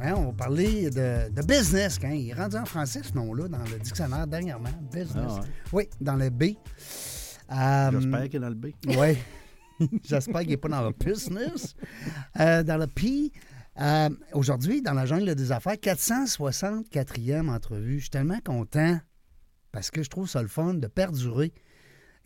Hein, on va parler de, de business. Quand il est rendu en français ce nom-là dans le dictionnaire dernièrement. Business. Ah ouais. Oui, dans le B. Euh, J'espère qu'il est dans le B. Oui. J'espère qu'il n'est pas dans le business. Euh, dans le P. euh, Aujourd'hui, dans la jungle des affaires, 464e entrevue. Je suis tellement content parce que je trouve ça le fun de perdurer.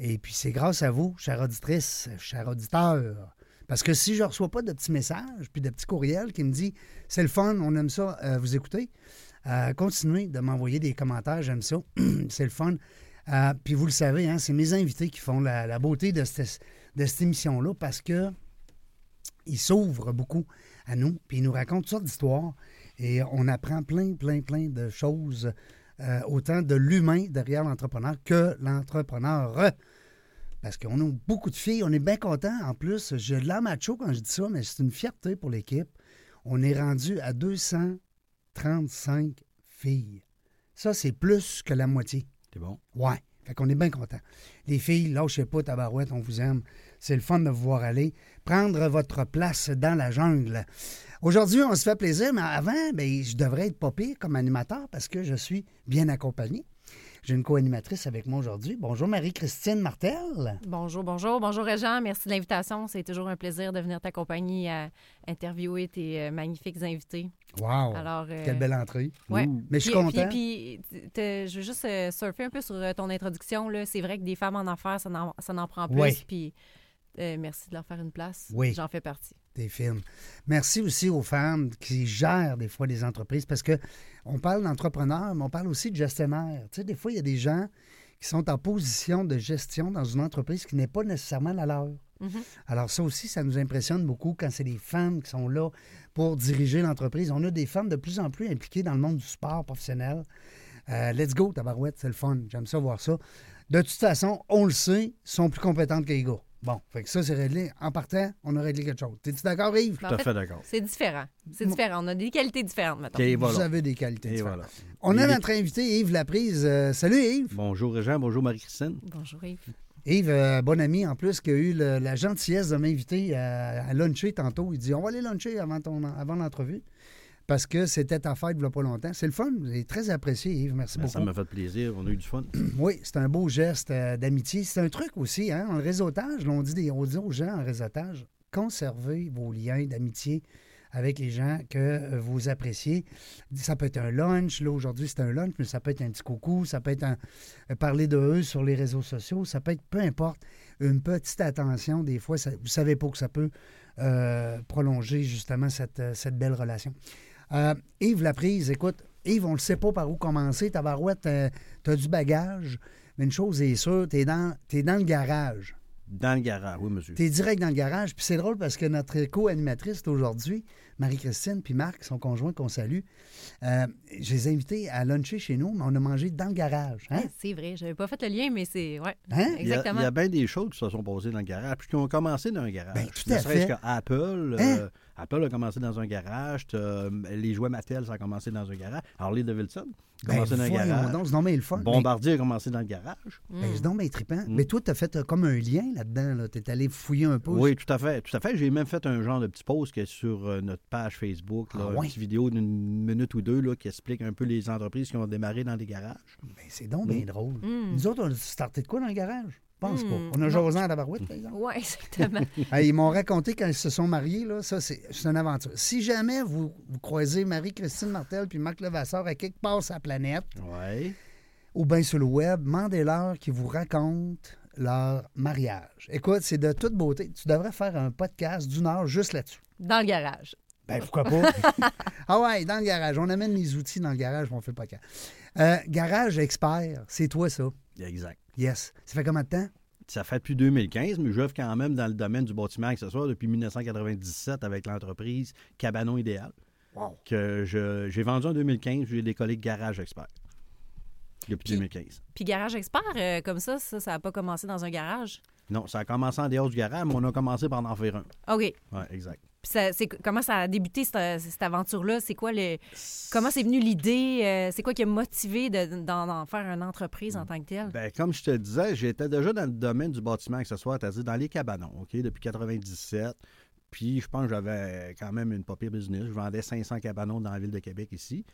Et puis, c'est grâce à vous, chère auditrice, cher auditeur. Parce que si je ne reçois pas de petits messages puis de petits courriels qui me disent c'est le fun, on aime ça, euh, vous écoutez, euh, continuez de m'envoyer des commentaires, j'aime ça, c'est le fun. Euh, puis vous le savez, hein, c'est mes invités qui font la, la beauté de cette, de cette émission-là parce que ils s'ouvrent beaucoup à nous, puis ils nous racontent toutes sortes d'histoires et on apprend plein, plein, plein de choses, euh, autant de l'humain derrière l'entrepreneur que l'entrepreneur. Parce qu'on a beaucoup de filles, on est bien contents. En plus, j'ai de l'air macho quand je dis ça, mais c'est une fierté pour l'équipe. On est rendu à 235 filles. Ça, c'est plus que la moitié. C'est bon. Ouais. Fait qu'on est bien content. Les filles, lâchez pas, tabarouette, on vous aime. C'est le fun de vous voir aller. Prendre votre place dans la jungle. Aujourd'hui, on se fait plaisir, mais avant, ben, je devrais être pas pire comme animateur parce que je suis bien accompagné. J'ai une co-animatrice avec moi aujourd'hui. Bonjour Marie-Christine Martel. Bonjour, bonjour. Bonjour, Réjean. Merci de l'invitation. C'est toujours un plaisir de venir t'accompagner à interviewer tes euh, magnifiques invités. Wow! Alors, euh, Quelle belle entrée. ouais. Mais je suis Puis- content. Puis, puis, te- je veux juste euh, surfer un peu sur euh, ton introduction. là. C'est vrai que des femmes en affaires, ça n'en ça n'en prend plus. Oui. Puis, euh, merci de leur faire une place. Oui. J'en fais partie. des films. Merci aussi aux femmes qui gèrent des fois des entreprises parce que on parle d'entrepreneurs, mais on parle aussi de gestionnaires. Tu sais, des fois, il y a des gens qui sont en position de gestion dans une entreprise qui n'est pas nécessairement la leur. Alors ça aussi, ça nous impressionne beaucoup quand c'est des femmes qui sont là pour diriger l'entreprise. On a des femmes de plus en plus impliquées dans le monde du sport professionnel. Euh, let's go, tabarouette, c'est le fun. J'aime ça voir ça. De toute façon, on le sait, sont plus compétentes que les gars. Bon, fait que ça, c'est réglé. En partant, on a réglé quelque chose. T'es-tu d'accord, Yves? Mais en Tout à fait, fait d'accord. C'est différent. C'est Moi- différent. On a des qualités différentes, mettons. Et Vous voilà. avez des qualités. Et différentes. voilà. On a Il est- notre invité, Yves Laprise. Euh, salut, Yves. Bonjour Régent, bonjour Marie-Christine. Bonjour, Yves. Yves, euh, bon ami, en plus, qui a eu le- la gentillesse de m'inviter euh, à, à luncher tantôt. Il dit On va aller luncher avant, ton, avant l'entrevue. Parce que c'était ta fête, il y a pas longtemps. C'est le fun. C'est très apprécié, Yves. Merci Ben, beaucoup. ça m'a fait plaisir, on a eu du fun. Oui, c'est un beau geste euh, d'amitié. C'est un truc aussi, hein, en réseautage, là, on dit, des, on dit aux gens en réseautage, conservez vos liens d'amitié avec les gens que euh, vous appréciez. Ça peut être un lunch, là aujourd'hui c'est un lunch, mais ça peut être un petit coucou, ça peut être un, euh, parler de eux sur les réseaux sociaux, ça peut être, peu importe, une petite attention. Des fois, ça- vous savez pas que ça peut euh, prolonger justement cette, euh, cette belle relation. Euh, Yves Laprise, écoute, Yves, on ne sait pas par où commencer. Tabarouette, euh, t'as du bagage, mais une chose est sûre, t'es dans, t'es dans le garage. Dans le garage, oui, monsieur. T'es direct dans le garage. Puis c'est drôle parce que notre co-animatrice aujourd'hui, Marie-Christine puis Marc, son conjoint qu'on salue, euh, je les ai invités à luncher chez nous, mais on a mangé dans le garage. Hein? Eh, C'est vrai. J'avais pas fait le lien, mais c'est. Ouais. Hein? Il y, a, il Exactement. y a bien des choses qui se sont passées dans le garage, puis qui ont commencé dans un garage. Ben, tout ne à serait-ce fait. que Apple, Hein? euh, Apple a commencé dans un garage, t'as- euh, les jouets Mattel, ça a commencé dans un garage. Harley Davidson a Ben, commencé dans un voyons garage. donc, c'est donc bien le fun. Bombardier a commencé dans le garage. Mais, ben, c'est donc bien trippant. Mm. Mais toi, t'as fait euh, comme un lien là-dedans. Là. T'es allé fouiller un peu. Oui, tout à fait. Tout à fait. J'ai même fait un genre de petit post qui est sur euh, notre page Facebook, là, Ah une ouais? petite vidéo d'une minute ou deux là, qui explique un peu les entreprises qui ont démarré dans des garages. Ben, c'est donc bien Mm. drôle. Mm. Nous autres, on a starté de quoi dans le garage? Je pense Mm. pas. On a Non. Josan à la barouette, par exemple. Ouais, exactement. Hey, ils m'ont raconté quand ils se sont mariés, là, ça, c'est c'est une aventure. Si jamais vous, vous croisez Marie-Christine Martel puis Marc Levasseur à quelque part sur la planète, Oui. ou bien sur le web, demandez-leur qu'ils vous racontent leur mariage. Écoute, c'est de toute beauté. Tu devrais faire un podcast d'une heure juste là-dessus. dans le garage. Ben, pourquoi pas? ah ouais, dans le garage. On amène les outils dans le garage, on fait pas cas. Euh, garage expert, c'est toi, ça. Exact. Yes. Ça fait combien de temps? Ça fait depuis 2015, mais j'œuvre quand même dans le domaine du bâtiment accessoire depuis 1997 avec l'entreprise Cabanon Idéal, Wow. que je- j'ai vendu en 2015. J'ai des collègues garage experts. depuis Puis- 2015. Puis Garage Expert, euh, comme ça, ça, ça n'a pas commencé dans un garage. Non, ça a commencé en dehors du garage, mais on a commencé par en faire un. OK. Oui, exact. Puis ça- c'est- comment ça a débuté cette, cette aventure-là? C'est quoi le. Comment c'est venu l'idée? Euh, c'est quoi qui a motivé de- d'en d'en faire une entreprise en tant que telle? Ben, comme je te disais, j'étais déjà dans le domaine du bâtiment accessoire, c'est-à-dire dans les cabanons, OK, depuis 97. Puis je pense que j'avais quand même une papier business. Je vendais 500 cabanons dans la ville de Québec ici.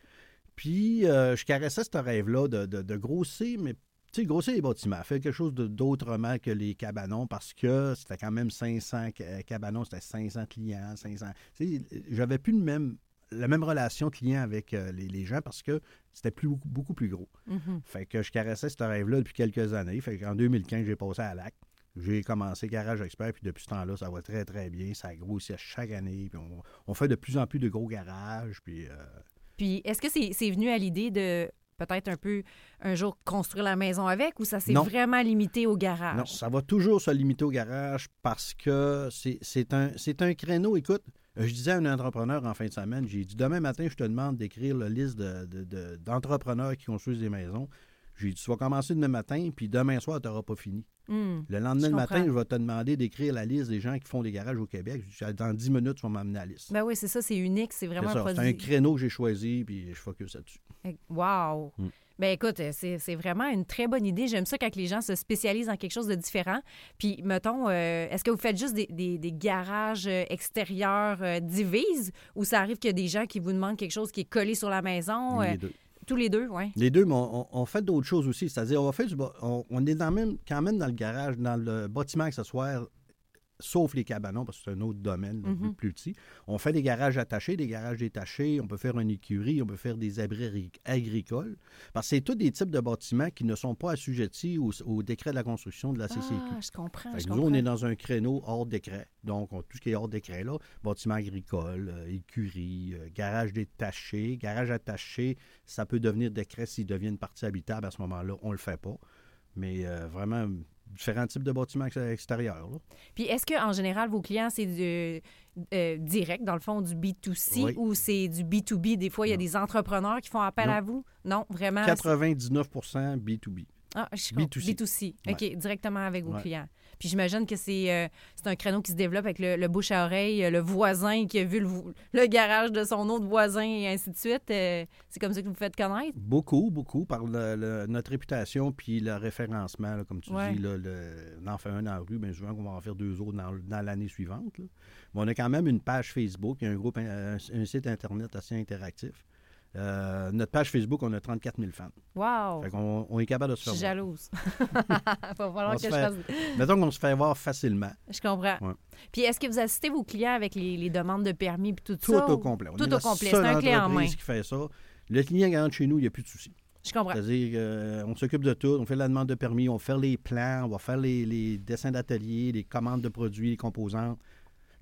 Puis euh, je caressais ce rêve-là de, de- de grossir, mais tu sais, grossir les bâtiments, faire quelque chose de- d'autrement que les cabanons parce que c'était quand même 500 ca- euh, cabanons, c'était 500 clients, 500. Tu sais, j'avais plus le même, la même relation client avec euh, les, les gens parce que c'était plus, beaucoup- beaucoup plus gros. Mhm. Fait que je caressais ce rêve-là depuis quelques années. Fait qu'en 2015, j'ai passé à l'AC. J'ai commencé Garage Expert, puis depuis ce temps-là, ça va très, très bien. Ça grossit à chaque année. Puis on, on fait de plus en plus de gros garages. Puis euh, Puis est-ce que c'est c'est venu à l'idée de peut-être un peu un jour construire la maison avec ou ça s'est Non. vraiment limité au garage? non, ça va toujours se limiter au garage parce que c'est- c'est un, c'est un créneau. Écoute, je disais à un entrepreneur en fin de semaine, j'ai dit demain matin, je te demande d'écrire la liste de- de- de- d'entrepreneurs qui construisent des maisons. J'ai dit, tu vas commencer demain matin, puis demain soir, tu n'auras pas fini. Hmm. Le lendemain Je le matin, je comprends. vais te demander d'écrire la liste des gens qui font des garages au Québec. Je dis, Dans 10 minutes, tu vas m'amener la liste. Ben oui, c'est ça, c'est unique, c'est C'est vraiment ça, c'est un produit. créneau que j'ai choisi, puis je focus là-dessus. Wow! Mm. Ben écoute, euh, c'est c'est vraiment une très bonne idée. J'aime ça quand les gens se spécialisent dans quelque chose de différent. Puis, mettons, euh, est-ce que vous faites juste des, des- des garages euh, extérieurs euh, divises ou ça arrive qu'il y a des gens qui vous demandent quelque chose qui est collé sur la maison? euh, Les deux. Tous les deux, oui. Les deux, mais on, on- on fait d'autres choses aussi. C'est-à-dire, on va faire du ba- on, on est dans même, quand même dans le garage, dans le bâtiment accessoire, sauf les cabanons, parce que c'est un autre domaine là, plus- plus petit. On fait des garages attachés, des garages détachés, on peut faire une écurie, on peut faire des abris ri- agricoles. Parce que c'est tous des types de bâtiments qui ne sont pas assujettis au, au décret de la construction de la CCQ. Ah, je comprends. Fait je que nous, on comprends. est dans un créneau hors décret. Donc, on- tout ce qui est hors décret, là, bâtiment agricole, euh, écurie, euh, garage détaché, garage attaché, ça peut devenir décret s'il devient une partie habitable à ce moment-là. On ne le fait pas. Mais euh, vraiment, différents types de bâtiments ex- extérieurs. là. Puis est-ce qu'en général, vos clients, c'est du euh, direct, dans le fond, du B2C Oui. ou c'est du B2B? Des fois, il y a Non. des entrepreneurs qui font appel Non. à vous? Non, vraiment? 99 B2B. Ah, je suis B2C. B2C. B2C. OK, directement avec vos Ouais. clients. Puis j'imagine que c'est euh, c'est un créneau qui se développe avec le, le bouche à oreille, euh, le voisin qui a vu le, vo- le garage de son autre voisin et ainsi de suite. Euh, c'est comme ça que vous vous faites connaître? Beaucoup, beaucoup, par le- le- notre réputation puis le référencement, là, comme tu Ouais. dis, là, le- on en fait un dans la rue, bien souvent qu'on va en faire deux autres dans, dans l'année suivante. là. Mais on a quand même une page Facebook et un, groupe, un, un site Internet assez interactif. Euh, notre page Facebook, on a 34 000 fans. Wow! Fait qu'on on est capable de Oh. Je se suis faire voir. jalouse. Va falloir On que se je fait- fasse... Mettons qu'on se fait voir facilement. Je comprends. Ouais. Puis est-ce que vous assistez vos clients avec les, les demandes de permis puis tout, Tout ça? au ou- complet. On tout est au la complet, seule c'est un clé en entreprise main. qui fait ça. Le client qui rentre chez nous, il n'y a plus de soucis. Je comprends. C'est-à-dire qu'on s'occupe de tout, on fait la demande de permis, on fait les plans, on va faire les, les dessins d'atelier, les commandes de produits, les composants.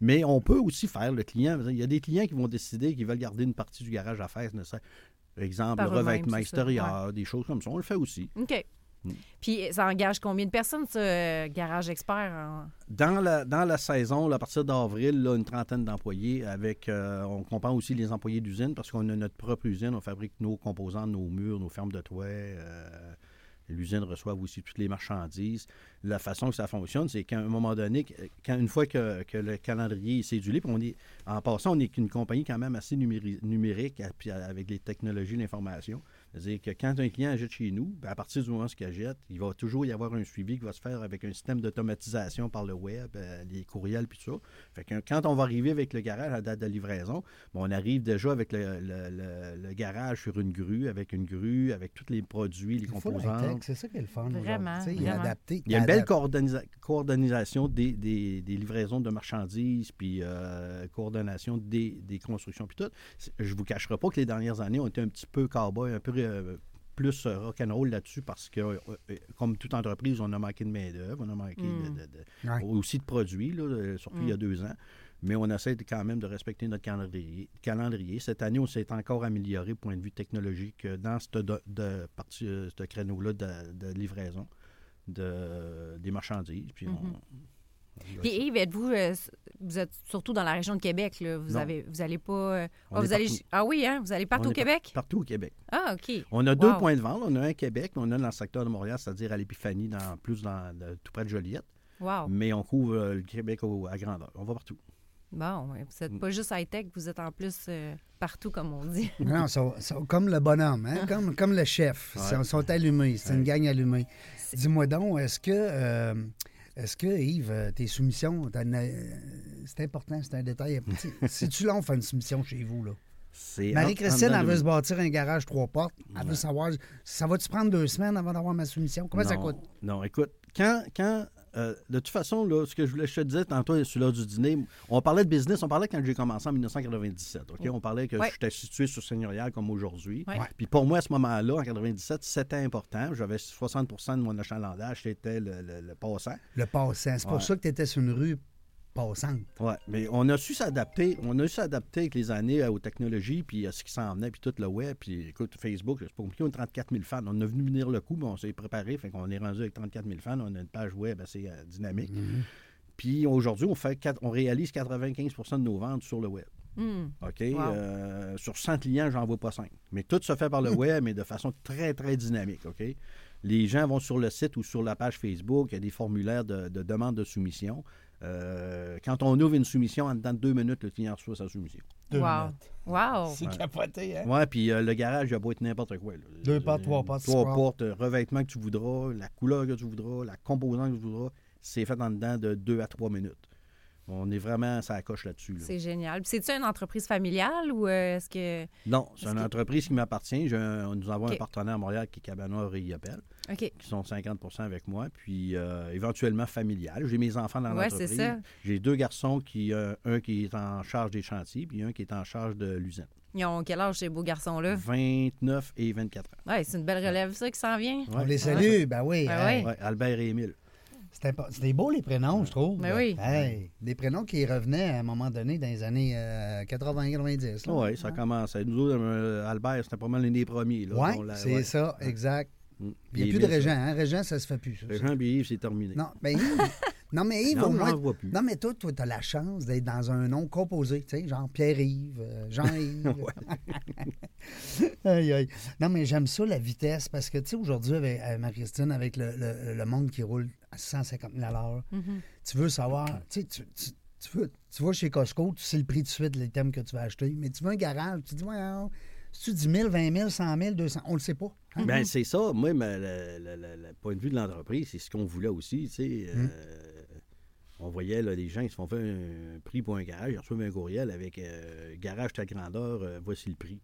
Mais on peut aussi faire le client. Il y a des clients qui vont décider qu'ils veulent garder une partie du garage à faire, ne serait- exemple, Par le revêtement eux-mêmes, c'est ça, extérieur, des choses comme ça. On le fait aussi. OK. Mm. Puis ça engage combien de personnes, ce euh, garage expert? en- Dans la, dans la saison, là, à partir d'avril, là, une trentaine d'employés. avec euh, On comprend aussi les employés d'usine parce qu'on a notre propre usine. On fabrique nos composants, nos murs, nos fermes de toit. euh, L'usine reçoit aussi toutes les marchandises. La façon que ça fonctionne, c'est qu'à un moment donné, que- quand, une fois que, que le calendrier est cédulé, puis on est, en passant, on est une compagnie quand même assez numéri- numérique à- puis avec les technologies de l'information. C'est-à-dire que quand un client achète chez nous, ben, à partir du moment où il achète, il va toujours y avoir un suivi qui va se faire avec un système d'automatisation par le web, euh, les courriels, puis tout ça. Fait que quand on va arriver avec le garage à date de livraison, ben, on arrive déjà avec le, le- le- le garage sur une grue, avec une grue, avec tous les produits, les Il faut le composants. high-tech, C'est ça qui est le fun. aujourd'hui. Vraiment, Tu sais, Il est vraiment. adapté. Il y a une belle adapté. coordonnisa- coordonnisation des, des- des livraisons de marchandises, puis euh, coordination des, des constructions, puis tout. C'est- Je vous cacherai pas que les dernières années ont été un petit peu cowboy, un peu euh, plus euh, rock'n'roll là-dessus, parce que, euh, euh, comme toute entreprise, on a manqué de main-d'œuvre, on a manqué de- Mm. de- de, Ouais. aussi de produits, là, euh, surtout il y a Mm. deux ans. Mais on essaie de- quand même de respecter notre calendrier. calendrier. Cette année, on s'est encore amélioré point de vue technologique euh, dans ce de, de partie, euh, Mhm. ce créneau-là de, de livraison de, des marchandises. Puis on- Puis Yves, êtes-vous, euh, vous êtes surtout dans la région de Québec, là. Vous Non. avez, vous allez pas... euh, On ah, est vous allez, partout. ju- ah oui, hein? Vous allez partout On au est par- Québec? Partout au Québec. Ah, OK. On a deux Wow. points de vente. là. On a un à Québec, mais on a dans le secteur de Montréal, c'est-à-dire à l'Épiphanie, dans, plus dans, de- tout près de Joliette. Wow. Mais on couvre euh, le Québec au- à grandeur. On va partout. Bon, ouais, vous n'êtes Mm. pas juste high-tech, vous êtes en plus euh, partout, comme on dit. Non, non, sont, sont comme le bonhomme, hein, comme, comme le chef. Ils Ah. Ouais. sont, sont allumés, c'est une Ouais. gang allumée. Dis-moi donc, est-ce que, euh, est-ce que Yves, euh, tes soumissions, t'en as- euh, c'est important, c'est un détail. petit. C'est-tu long faire une soumission chez vous, là? C'est Marie-Christine, en- en- elle veut se bâtir un garage trois portes. Elle veut Ouais. savoir, ça va-tu prendre deux semaines avant d'avoir ma soumission? Comment ça Non, coûte? Non, écoute, quand. quand euh, de toute façon, là, ce que je voulais je te disais tantôt sur l'heure du dîner, on parlait de business, on parlait quand j'ai commencé en 1997. ok? On parlait que Ouais. j'étais situé sur seigneurial comme aujourd'hui. Ouais. Ouais. Puis pour moi, à ce moment-là, en 97, c'était important. J'avais 60 de mon achalandage, c'était le, le- le passant. Le passant. C'est pour Ouais. ça que tu étais sur une rue passante. Ouais, mais on a su s'adapter, on a su s'adapter avec les années euh, aux technologies, puis à ce qui s'en venait, puis tout le web, puis écoute, Facebook, c'est pas compliqué, on a 34 000 fans. On a venu venir le coup, mais on s'est préparé, fait qu'on est rendu avec 34 000 fans, on a une page web assez euh, dynamique. Puis aujourd'hui, on, fait quatre- on réalise 95 de nos ventes sur le web. Hmm. OK? Wow. Euh, sur 100 clients, j'en vois pas 5. Mais tout se fait par le web, mais de façon très, très dynamique. OK? Les gens vont sur le site ou sur la page Facebook. Il y a des formulaires de, de demande de soumission. Euh, quand on ouvre une soumission, en dedans de deux minutes, le client reçoit sa soumission. Wow. Wow. Ah, C'est capoté, Eh. hein? Ouais, puis euh, le garage, il a beau être n'importe quoi. là. Deux portes, trois portes, six Trois portes. portes, euh, revêtement que tu voudras, la couleur que tu voudras, la composante que tu voudras, c'est fait en dedans de deux à trois minutes. On est vraiment, ça coche là-dessus. là. C'est génial. Puis C'est-tu une entreprise familiale ou euh, est-ce que... Non, c'est Est-ce une que- entreprise qui m'appartient. J'ai un- Nous avons OK. un partenaire à Montréal qui est Cabanoir et Iopel, OK. qui sont 50 avec moi, puis euh, éventuellement familial. J'ai mes enfants dans Ouais, c'est l'entreprise. ça. J'ai deux garçons, qui, euh, un qui est en charge des chantiers, puis un qui est en charge de l'usine. Ils ont quel âge ces beaux garçons-là? Mm. 29 et 24 ans. Ouais, c'est une belle relève, ça, qui s'en vient. On Ouais. les salue, ben oui. Ah hey. oui. Ouais, Albert et Émile. C'était impo- C'était beau, les prénoms, je trouve. Ben oui. Hey, des prénoms qui revenaient à un moment donné dans les années euh, 80-90. Oui, ça commence. Nous autres, euh, Albert, c'était pas mal l'un des premiers. là. On Oui, l'a- c'est ouais. ça, exact. Mm. Il n'y a Puis plus de Émile, Régent. Hein? Régent, ça se fait plus. ça. ça- Régent puis Yves, c'est terminé. Non, mais Yves, non, mais Yves, Non, au on moins. n'en voit plus. Non, mais toi, tu as la chance d'être dans un nom composé, tu sais, genre Pierre-Yves, euh, Jean-Yves. Aïe, aïe. Non, mais j'aime ça, la vitesse, parce que, tu sais, aujourd'hui, avec avec Marie-Christine, avec le, le- le monde qui roule à 150 000 à l'heure, tu veux savoir, tu sais, tu, tu- tu veux- tu vas chez Costco, tu sais le prix tout de suite de l'item que tu vas acheter, mais tu veux un garage, tu dis, wow, si tu 10 000, 20 000, 100 000, 200 on le sait pas. hein. Ben, c'est ça. Moi, mais le, le- le- le point de vue de l'entreprise, c'est ce qu'on voulait aussi. tu sais. Mm. Euh, on voyait là, les gens, ils se font faire un prix pour un garage. Ils reçoivent un courriel avec euh, Garage ta grandeur, euh, voici le prix.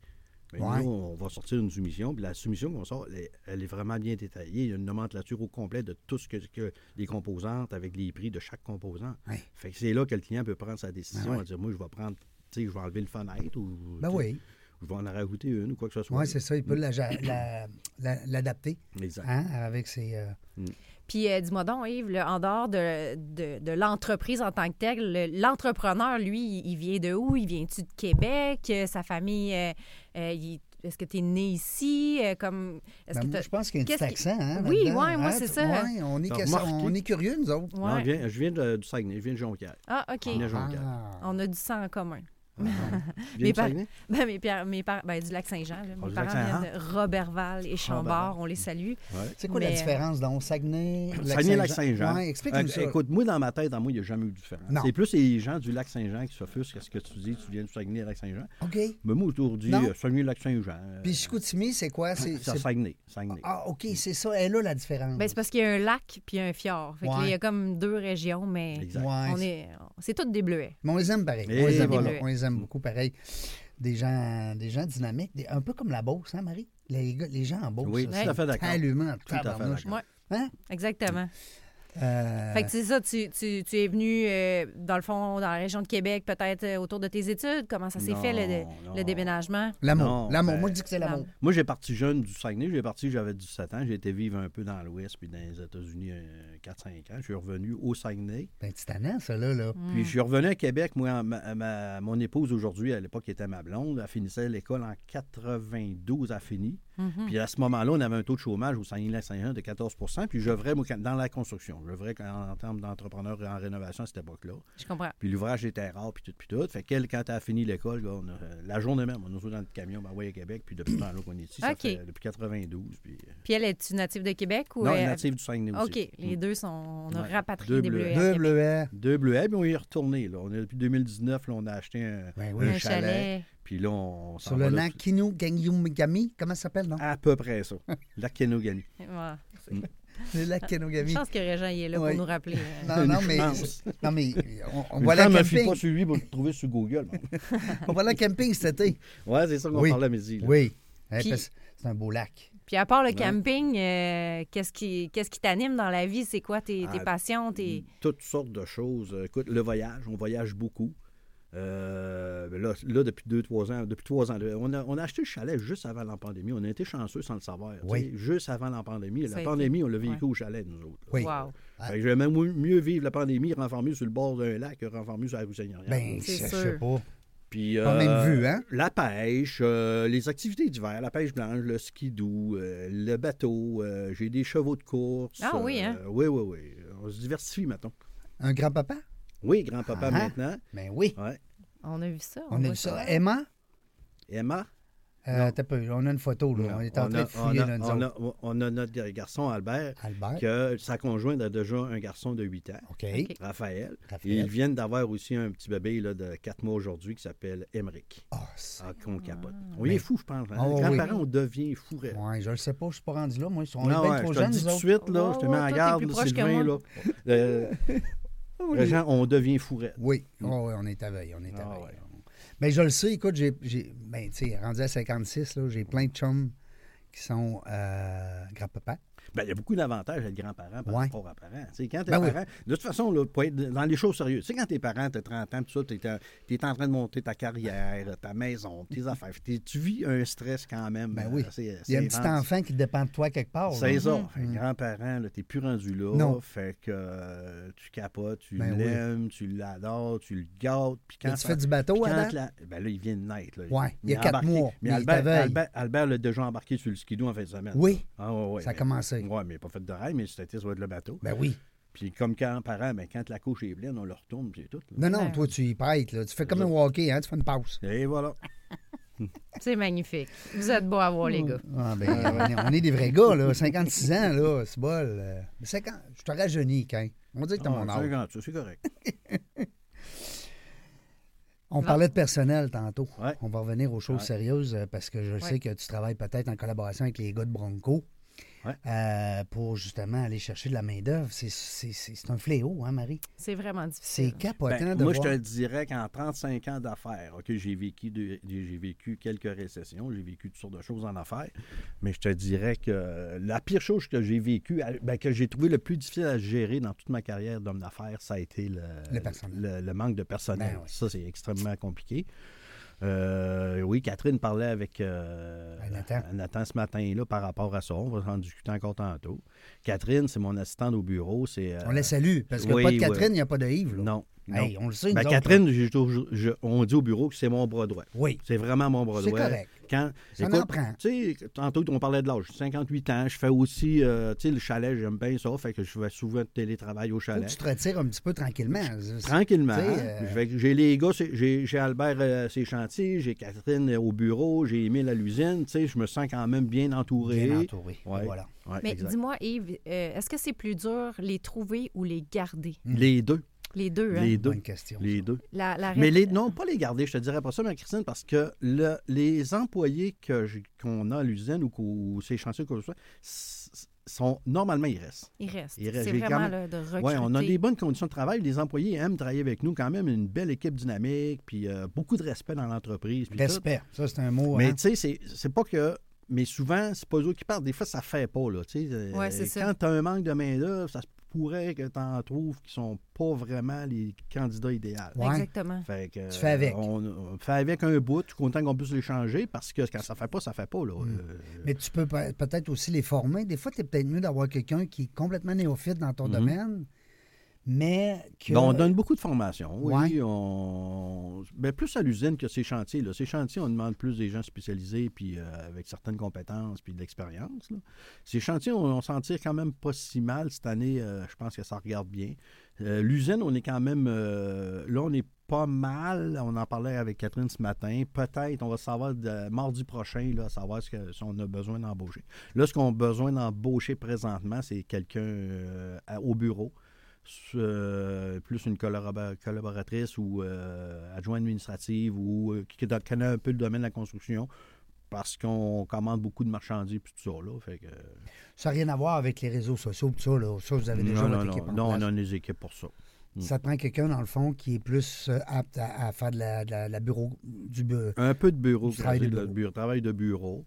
Ben, Ouais. Nous, on va sortir une soumission. Puis la soumission qu'on sort, elle, est- elle est vraiment bien détaillée. Il y a une nomenclature au complet de tout ce que, que les composantes avec les prix de chaque composant. Ouais. Fait que c'est là que le client peut prendre sa décision Ben ouais. à dire moi, je vais prendre, tu sais, je vais enlever une fenêtre ou Ben tu sais, oui, je vais en rajouter une ou quoi que ce soit. ouais, c'est ça, il peut la- la- la- l'adapter. Exact. Hein, avec ses. euh, Puis euh, dis-moi donc, Yves, là, en dehors de, de- de l'entreprise en tant que telle, le- l'entrepreneur, lui, il, il vient de où? Il vient-tu de Québec? Euh, sa famille, euh, euh, il- est-ce que tu es né ici? Euh, comme, est-ce ben, que moi, t'as- je pense qu'il y a un petit qu'est-ce qui- accent. Hein, Oui, là-dedans. ouais, moi, Hein, c'est tu- ça. ouais, on, est T'as que- remarqué? on est curieux, nous autres. Ouais. Non, je, Ah, viens, je viens de- du Saguenay, je viens de Jonquière. Ah, OK. Je viens de Jonquière. Ah. On a du sang en commun. Tu viens Mais du par- Saguenay? Ben, mes par- mes par- ben, du lac Saint-Jean. là. Mes du parents lac Saint-Jean. Mm. viennent de Robertval et Chambord. On les salue. C'est quoi la Mais- différence donc Saguenay, Saguenay-Lac Saint-Jean. Ouais, explique-nous Euh, ça. Écoute, moi, dans ma tête, à moi, il n'y a jamais eu de différence. Non. C'est plus les gens du Lac Saint-Jean qui s'offusquent à ce que tu dis, tu viens du Saguenay-Lac Saint-Jean. OK. Mais moi, aujourd'hui, Non. euh, Saguenay-Lac Saint-Jean. euh, Puis Chicoutimi, c'est quoi? C'est, c'est à c'est- Saguenay. Saguenay. Ah, OK, c'est ça. Elle a la différence. Ben, c'est parce qu'il y a un lac puis un fjord. Fait que là, Ouais. il y a comme deux régions, mais Exact. Ouais, on c'est- est, c'est toutes des bleuets. Mais on les aime pareil. Et on, les aime, voilà. beaucoup. On les aime beaucoup pareil. Des gens, des gens dynamiques, des- un peu comme la Beauce, hein, Marie? Les, gars- les gens en Beauce, Oui, là, tout à sont fait d'accord. allumants, Tout à fait tabarnouche. d'accord. Hein? Exactement. Euh, Fait que c'est ça, tu, tu- tu es venu, euh, dans le fond, dans la région de Québec, peut-être euh, autour de tes études. Comment ça s'est Non, fait, le, dé- non. le déménagement? L'amour, Non, l'amour. ben- Moi, je dis que c'est l'amour. Moi, j'ai parti jeune du Saguenay. J'ai parti, j'avais 17 ans. J'ai été vivre un peu dans l'Ouest puis dans les États-Unis euh, 4-5 ans. Je suis revenu au Saguenay. Ben, petit tannant, ça, là. là. Mm. Puis je suis revenu à Québec. Moi, en- ma- ma- mon épouse aujourd'hui, à l'époque, était ma blonde. Elle finissait l'école en 92, elle Mm-hmm. fini. Puis à ce moment-là, on avait un taux de chômage au Saguenay-Lac-Saint-Jean de 14 Puis j'œuvrais moi, dans la construction. Le vrai, en, en termes d'entrepreneur en rénovation à cette époque-là. Je comprends. Puis l'ouvrage était rare, puis tout, puis tout. Fait que elle, quand elle a fini l'école, là, on a- euh, la journée même, on nous ouvre dans le camion, ben ouais, à Québec, puis depuis là qu'on est ici, ça OK. fait depuis 92. Puis... euh, Puis elle, est tu native de Québec ou non, elle- native du Saguenay OK, aussi. les Mm. deux sont on a Ouais. rapatrié Deux des bleus. bleus. à Deux Québec. bleuets. Deux bleuets, puis on y est retourné. Là. On est, depuis 2019, là, on a acheté un, Ben un oui. Un chalet. chalet. Puis là, on s'en Sur va le là, Ah. lac Kinu Ganyumigami. Comment ça s'appelle, non? À peu près ça. Lac Kenogami. Ouais. Le lac Je Kenogami. Ah. pense que Régent il est là Ouais. pour nous rappeler. euh, Non, non, mais, chance. non, mais on, on Une va aller femme à me fie camping. pas sur lui pour le trouver sur Google. bon. On va aller à camping cet été. Ouais, c'est ça qu'on Oui. parlait à midi. là. Ah. Oui. Hein, Puis- parce que C'est un beau lac. Puis à part le Ouais. camping, euh, qu'est-ce qui qu'est-ce qui t'anime dans la vie? C'est quoi tes, tes Ah, passions? Tes... Toutes sortes de choses. Euh, Écoute, le voyage, on voyage beaucoup. Euh, là, là, depuis deux, trois ans, depuis trois ans, là, on a, on a acheté le chalet juste avant la pandémie. On a été chanceux sans le savoir. tu Oui. sais, Juste avant la pandémie. Ça a La été- pandémie, on l'a vécu au chalet, nous autres. là. Oui. Wow. Ah. Fait que J'aimais mou- mieux vivre la pandémie renfermé sur le bord d'un lac que renfermé sur la rue Seigneurial. Ben, C'est je je sûr. sais pas. Puis, euh, Pas même vu, hein? La pêche, euh, les activités d'hiver, la pêche blanche, le ski doux, euh, le bateau, euh, j'ai des chevaux de course. Ah oui, hein? euh, oui, oui, oui. On se diversifie, maintenant. Un grand-papa? Oui, grand-papa Ah. maintenant. Ben oui. Ouais. On a vu ça. On a voit vu ça. Emma? Emma, Euh, t'as pas- on a une photo, là. On est en on train a- de fouiller, on a- là, nous on autres. a- on a notre garçon Albert, Albert. que sa conjointe a déjà un garçon de 8 ans, OK. Raphaël. Raphaël. Et ils viennent d'avoir aussi un petit bébé là, de 4 mois aujourd'hui qui s'appelle Emmerich. Ah, c'est- Ah, qu'on capote. On est fou, je pense. hein? Ah, Les oui. grands-parents, on devient fou. raide. Ouais, je le sais pas, je suis pas rendu là. Moi, ils sont Non, bien ouais, trop je te le jeunes, dis nous tout de autres. suite, là, Ouais, je te ouais, mets toi, en t'es garde, plus là, proche que Sylvain, là. moi. Euh, Oh, les gens, on devient fourré. Oui, Ah ouais, on est à veille, on est à Hum. Ah veille. ouais. Mais je le sais, écoute, j'ai, j'ai- ben, tu sais, rendu à 56, là, j'ai plein de chums qui sont euh, grand-papa. Ben, il y a beaucoup d'avantages à être grand-parent par Ouais. rapport à parent. Tu sais, quand t'es Ben oui. parent, de toute façon, là, pour être dans les choses sérieuses, tu sais, quand t'es parent, t'as 30 ans, tout ça, t'es, en- t'es en train de monter ta carrière, ta maison, tes affaires. T'es- tu vis un stress quand même. Ben euh, oui. c'est- Il y a un c'est petit intense. enfant qui dépend de toi quelque part. là. Mm-hmm. C'est ça. Fait que Grand-parent, là, t'es plus rendu là. Non. Fait que euh, tu capotes, tu Ben oui. l'aimes, tu l'adores, tu le gâtes. Puis quand Mais tu ça- fais du bateau puis quand avant? la- Ben là, il vient de naître. là. hein? Ouais, il y a est quatre embarqué. mois, Mais mais il Albert, t'avait. Albert, Albert l'a déjà embarqué sur le skidoo en fin de semaine. Oui. Ah, ouais, ouais, Ça a mais- commencé. Ouais, mais il a pas fait de rail, mais c'était ça va être le bateau. Ben oui. Puis comme quand, parent, ben, quand la couche est pleine, on le retourne, puis c'est tout. là. Non, Ben non, toi, tu y prêtes, là. Tu fais comme un walkie, hein, tu fais une pause. Et voilà. C'est magnifique. Vous êtes beaux à voir, les gars. Ah, ben, on, est, on est des vrais gars, là. 56 ans, là, c'est bol. euh. 50, je te rajeuni, quand On dit que t'as Ah, mon âge. 50, ça, c'est correct. On parlait de personnel tantôt. Ouais. On va revenir aux choses Ouais. sérieuses euh, parce que je sais que tu travailles peut-être en collaboration avec les gars de Bronco Ouais. euh, pour justement aller chercher de la main-d'œuvre. C'est- C'est c'est- c'est un fléau, hein, Marie? C'est vraiment C'est difficile. capotant Ben, de moi, voir. je te dirais qu'en 35 ans d'affaires, OK, j'ai vécu, de- j'ai vécu quelques récessions, j'ai vécu toutes sortes de choses en affaires, mais je te dirais que la pire chose que j'ai vécue, à- ben, que j'ai trouvé le plus difficile à gérer dans toute ma carrière d'homme d'affaires, ça a été le, Le personnel. le- le manque de personnel. Ben oui. Ça, c'est extrêmement compliqué. Euh, oui, Catherine parlait avec euh, Ben, Nathan. Nathan ce matin-là par rapport à ça. On va en discuter encore tantôt. Catherine, c'est mon assistante au bureau. C'est, euh, On la salue parce que oui, pas de oui. Catherine, il n'y a pas de Yves. là. Non. Hey, non. on le sait, Ben, nous autres, Catherine, j'ai toujours- je- on dit au bureau que c'est mon bras droit. Oui. C'est vraiment mon bras C'est droit. correct. Quand, Ça en prend. Tu sais, tantôt, on parlait de l'âge. J'ai 58 ans. Je fais aussi, euh, tu sais, le chalet, j'aime bien ça. Fait que je fais souvent de télétravail au Faut que chalet. tu te retires un petit peu tranquillement. Tranquillement. Tu sais, euh, Je vais- J'ai les gars, c'est- j'ai j'ai Albert euh, ses chantiers, j'ai Catherine euh, au bureau, j'ai Émile à l'usine. Tu sais, je me sens quand même bien entouré. Bien entouré. Ouais. Voilà. Ouais, Mais exact. dis-moi, Yves, euh, est-ce que c'est plus dur les trouver ou les garder? Les deux. Les deux, hein? Les deux. Bonne question. Les deux. La, la Mais ré- les, non, pas les garder, je te dirais pas ça, mais Christine, parce que le- les employés que j'ai- qu'on a à l'usine ou, qu'au- ou ces chantiers que je fais, s- s- sont normalement, ils restent. Il reste. Il reste. C'est J'ai quand vraiment même- là, de recruter. Oui, on a des bonnes conditions de travail. Les employés aiment travailler avec nous, quand même, une belle équipe dynamique, puis euh, beaucoup de respect dans l'entreprise. puis tout. Respect. Ça, c'est un mot. Mais hein. tu sais, c'est- c'est pas que. Mais souvent, c'est pas eux qui partent. Des fois, ça fait pas. Là, tu sais. Euh, Ouais, c'est ça. quand tu as un manque de main-d'œuvre, ça se pourrait que tu en trouves qui sont pas vraiment les candidats idéaux. Ouais. Exactement. Fait que, Tu fais avec. On, on fait avec un bout. Je suis content qu'on puisse les changer parce que quand ça fait pas, ça fait pas. Là. Mm. Euh, Mais tu peux pe- peut-être aussi les former. Des fois, tu es peut-être mieux d'avoir quelqu'un qui est complètement néophyte dans ton domaine, mais que... Mhm. Bon, Ben, on donne beaucoup de formations. Oui, Ouais. on... ben, plus à l'usine que ces chantiers. Là. Ces chantiers, on demande plus des gens spécialisés puis euh, avec certaines compétences puis de l'expérience. là. Ces chantiers, on, on s'en tire quand même pas si mal cette année. euh, je pense que ça regarde bien. Euh, l'usine, on est quand même... euh, là, on est pas mal. On en parlait avec Catherine ce matin. Peut-être, on va savoir de- mardi prochain, là, savoir ce que, si on a besoin d'embaucher. Là, ce qu'on a besoin d'embaucher présentement, c'est quelqu'un euh, à- au bureau s- euh, plus une collabora- collaboratrice ou euh, adjointe administrative ou euh, qui qui connaît un peu le domaine de la construction parce qu'on commande beaucoup de marchandises puis tout ça. Là, fait que, euh, Ça n'a rien à voir avec les réseaux sociaux, tout ça, là. Ça, vous avez déjà non, votre non, équipe non, en non, place. on a des équipes pour ça. Ça te prend quelqu'un, dans le fond, qui est plus euh, apte à, à faire de la, de la- de la bureau, du bureau. Un peu de bureau, Du travail de c'est-à-dire bureau. travail de bureau.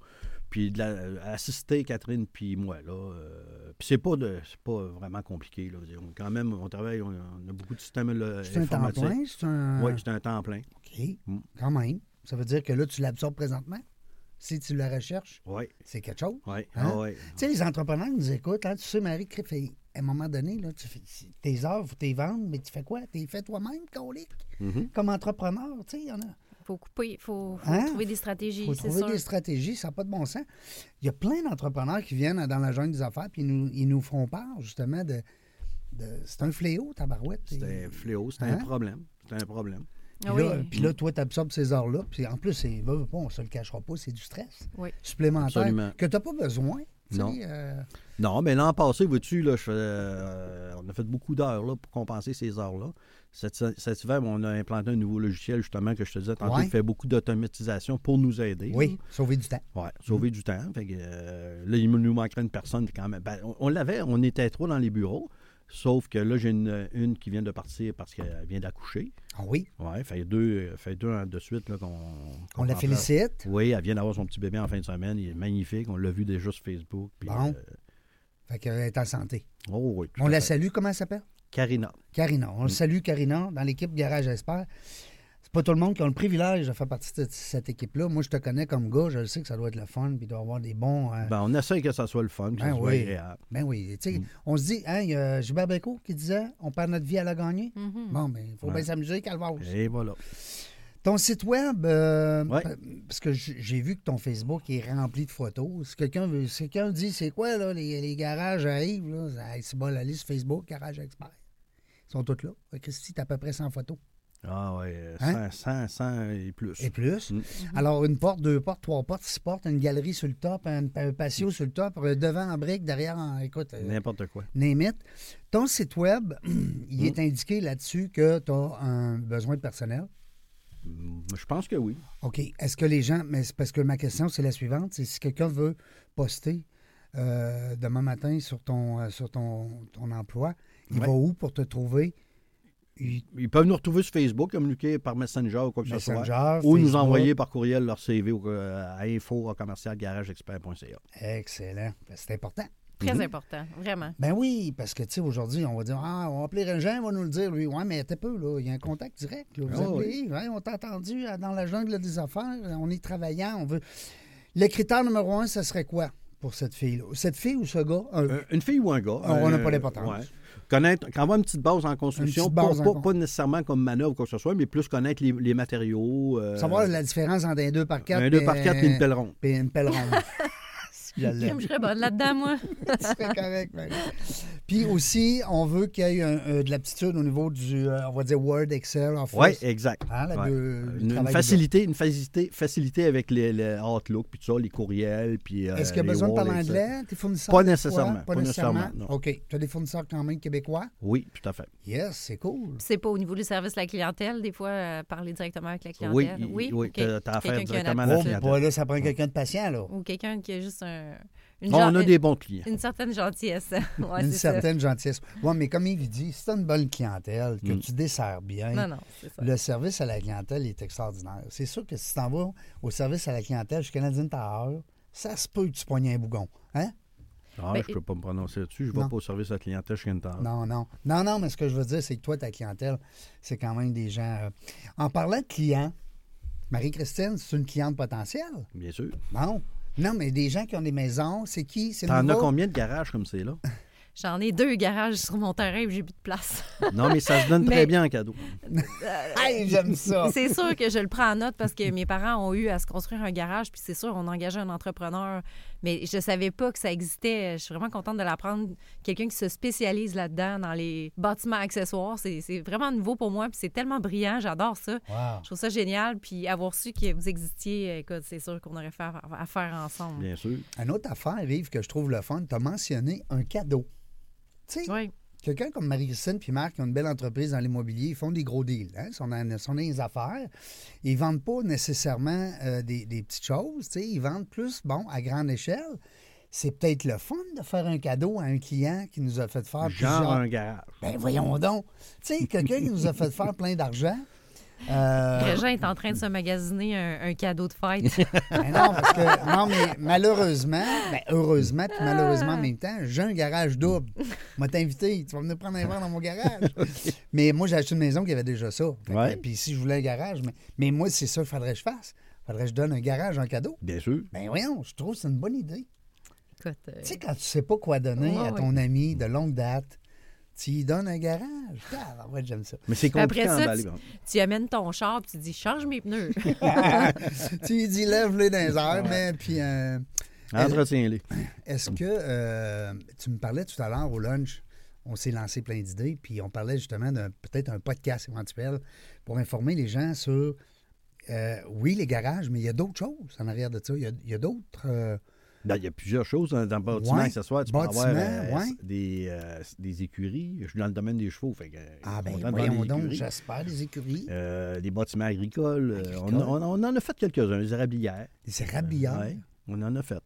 Puis de la- assister Catherine puis moi, là. euh, puis c'est pas, de- c'est pas vraiment compliqué, là. Je veux dire, on- quand même, on travaille, on, on a beaucoup de systèmes là, C'est un temps informatiques. plein? hein? C'est un... Oui, c'est un temps plein. OK, Mm. quand même. Ça veut dire que là, tu l'absorbes présentement? Si tu la recherches, Oui, c'est quelque chose? oui, Hein? ah ouais. Tu sais, les entrepreneurs qui nous écoutent, hein, tu sais, Marie, crif, fait- à un moment donné, là, tu fais tes œuvres, faut t'es vendre, mais tu fais quoi? T'es fait toi-même, colique, Mhm. comme entrepreneur, tu sais, il y en a. faut couper, faut, faut Hein? trouver des stratégies, faut c'est trouver sûr. des stratégies, ça n'a pas de bon sens. Il y a plein d'entrepreneurs qui viennent dans la jungle des affaires, puis ils nous, ils nous font part, justement, de... de- c'est un fléau, tabarouette. C'est Et- un fléau, c'est Hein? un problème. C'est un problème. Ah Puis oui. là, puis là, toi, tu absorbes ces heures-là. Puis en plus, c'est, veut, veut pas, on se le cachera pas, c'est du stress Oui. supplémentaire Absolument. que tu n'as pas besoin. tu sais, Non. euh, Non, mais l'an passé, vois-tu, là, je fais- euh, on a fait beaucoup d'heures là, pour compenser ces heures-là. Cet, cet hiver, on a implanté un nouveau logiciel, justement, que je te disais tantôt, Ouais. qui fait beaucoup d'automatisation pour nous aider. oui, sauver du temps. Ouais, sauver du temps. Fait que, euh, là, il nous manquerait une personne quand même. Ben, on on l'avait, on était trois dans les bureaux. Sauf que là, j'ai une, une qui vient de partir parce qu'elle vient d'accoucher. Ah oui, Ouais, fait deux, fait deux ans de suite là, qu'on. on qu'on la remplace. félicite. Oui, elle vient d'avoir son petit bébé en fin de semaine. Il est magnifique. On l'a vu déjà sur Facebook. Puis, Bon. euh, Fait qu'elle est en santé. oh oui, tout On à la fait. Mm. salue, comment elle s'appelle? Karina. Karina. On salue Karina dans l'équipe Garage Esper. C'est pas tout le monde qui a le privilège de faire partie de cette équipe-là. Moi, je te connais comme gars, je le sais que ça doit être le fun, puis il doit y avoir des bons. euh, Ben, on essaie que ça soit le fun, que Ben ça soit oui. agréable. Ben oui, tu sais, Mm. on se dit, hein, il y a Gilbert Bécaud qui disait, on perd notre vie à la gagner. Bon, ben, il faut bien s'amuser, Calvaire. Et voilà. Ton site web, euh, Ouais. pa- parce que j- j'ai vu que ton Facebook est rempli de photos. Si quelqu'un veut- si quelqu'un dit, c'est quoi, là, les, les garages arrivent, là, ça- hey, c'est bon, la liste Facebook, Garage Expert. Ils sont tous là. Fait que Christy, t'as à peu près 100 photos. Ah ouais, Hein? 100, 100, 100 et plus. Et plus. Mm-hmm. Mm. Alors, une porte, deux portes, trois portes, six portes, une galerie sur le top, un, un patio sur le top, euh, devant en brique, derrière en. Écoute, euh, N'importe quoi. name it. Ton site web, il est indiqué là-dessus que tu as un besoin de personnel. Mm, Je pense que oui. OK. Est-ce que les gens. Mais c'est parce que ma question, c'est la suivante. C'est si quelqu'un veut poster euh, demain matin sur ton, euh, sur ton, ton emploi, il Ouais. va où pour te trouver? Il- ben, Ils peuvent nous retrouver sur Facebook, communiquer par Messenger ou quoi que ce soit. Messenger, Ou nous Facebook. envoyer par courriel leur CV ou, euh, à info garageexpert.ca. Excellent. Ben, C'est important. Très Mhm. important, vraiment. Ben oui, parce que, tu sais, aujourd'hui, on va dire, ah, on va appeler Régent, il va nous le dire, lui. Ouais, mais t'es peu, là. Il y a un contact direct. là. Vous Ah appelez, ouais, on t'a entendu euh, dans la jungle des affaires, on est travaillant, on veut. Le critère numéro un, ça serait quoi pour cette fille-là? Cette fille ou ce gars? Un- Euh, une fille ou un gars. Ah, on n'a euh, pas d'importance. ouais. Connaître, quand même une petite base en construction, petite pas, base en pas- con- pas nécessairement comme manœuvre ou quoi que ce soit, mais plus connaître les, les matériaux. euh, Savoir la différence entre un 2 par 4 Un 2 par 4 et une pelle ronde. Puis une pelle ronde. Je l'ai. Crime, Je serais bonne là-dedans, moi. C'est correct, Marie. Puis aussi, on veut qu'il y ait un- euh, de l'aptitude au niveau du, euh, on va dire, Word, Excel, Office. Oui, exact. Hein, la Ouais. bio- le Une, une travail du facilité, une facilité, facilité avec les, les Outlook, puis tout ça, les courriels, puis. euh, Est-ce qu'il y a les besoin de Word, parler etc. anglais? Tes fournisseurs? Pas québécois? nécessairement, Pas pas nécessairement. nécessairement, non. OK. Tu as des fournisseurs quand même québécois? Oui, tout à fait. Yes, c'est cool. C'est pas au niveau du service à la clientèle, des fois, euh, parler directement avec la Oui, clientèle. oui, oui, OK. t'as- t'as affaire Quelqu'un qui a un directement à la Oh, appétit. clientèle. bah, là, ça prend quelqu'un de patient, là. Ou quelqu'un qui a juste un, une, Bon, on gen- a des bons clients. une certaine gentillesse. Ouais, une c'est ça. certaine gentillesse. Oui, mais comme il dit, si tu une bonne clientèle, Mm. que tu desserres bien, Non, non, c'est ça. le service à la clientèle est extraordinaire. C'est sûr que si tu t'en vas au service à la clientèle chez Canadien Tower, ça se peut que tu pognes un bougon. Hein? Ah, Ben, je peux pas me prononcer là-dessus. Je ne Non. vais pas au service à la clientèle chez une table. Non, non. Non, non, mais ce que je veux dire, c'est que toi, ta clientèle, c'est quand même des gens. euh, En parlant de clients, Marie-Christine, c'est une cliente potentielle. Bien sûr. Bon. Non, mais des gens qui ont des maisons, c'est qui? C'est T'en as nouveau? combien de garages comme c'est là? J'en ai deux garages sur mon terrain et j'ai plus de place. Non, mais ça se donne Mais- très bien en cadeau. Hey, j'aime ça. c'est sûr que je le prends en note parce que mes parents ont eu à se construire un garage, puis c'est sûr, on engageait un entrepreneur. Mais je savais pas que ça existait. Je suis vraiment contente de l'apprendre. Quelqu'un qui se spécialise là-dedans, dans les bâtiments accessoires, c'est c'est vraiment nouveau pour moi, puis c'est tellement brillant. J'adore ça. Wow. Je trouve ça génial. Puis avoir su que vous existiez, écoute, c'est sûr qu'on aurait fait affaire affaire ensemble. Bien sûr. Une autre affaire, Yves, que je trouve le fun, tu as mentionné un cadeau. Tu sais, Oui. quelqu'un comme Marie-Christine puis Marc, qui ont une belle entreprise dans l'immobilier, ils font des gros deals. Hein? Ils sont dans, ils sont dans les affaires. Ils vendent pas nécessairement euh, des, des petites choses. tu sais. Ils vendent plus, bon, à grande échelle. C'est peut-être le fun de faire un cadeau à un client qui nous a fait faire Genre Ah, plusieurs... un garage. Ben voyons donc. Tu sais, quelqu'un qui nous a fait faire plein d'argent. Euh, Régent est en train de se magasiner un, un cadeau de fête. ben non, parce que, non, mais malheureusement, ben heureusement, puis malheureusement en même temps, j'ai un garage double. Moi, t'inviter, tu vas venir prendre un verre dans mon garage. Mais moi, j'ai acheté une maison qui avait déjà ça. Fait que, Ouais. Puis si je voulais un garage, mais, mais moi, c'est ça qu'il faudrait que je fasse. faudrait que je donne un garage en cadeau. Bien sûr. Ben voyons, je trouve que c'est une bonne idée. Écoute, euh, Tu sais, quand tu sais pas quoi donner Ouais, à ton ami de longue date, tu lui donnes un garage. Ah, ouais, j'aime ça. Mais c'est Après compliqué hein. à ça, emballer. tu, tu amènes ton char puis tu dis change mes pneus. tu lui dis lève-les dans les airs, mais puis euh, Entretiens-les. est-ce que euh, tu me parlais tout à l'heure au lunch, on s'est lancé plein d'idées, puis on parlait justement d'un peut-être un podcast éventuel pour informer les gens sur euh, oui, les garages, mais il y a d'autres choses en arrière de ça. Il y a, il y a d'autres. euh, Ben, il y a plusieurs choses dans dans le bâtiment Ouais. accessoire. Tu Bâtiment, peux avoir euh, ouais. des, euh, des écuries. Je suis dans le domaine des chevaux. Fait que, euh, ah ben content de vendre voyons des donc, écuries. j'espère les écuries, Euh, des bâtiments agricoles. euh, on, Agricoles. on- on en a fait quelques-uns, les érablières. les érablières. Ouais, on en a fait.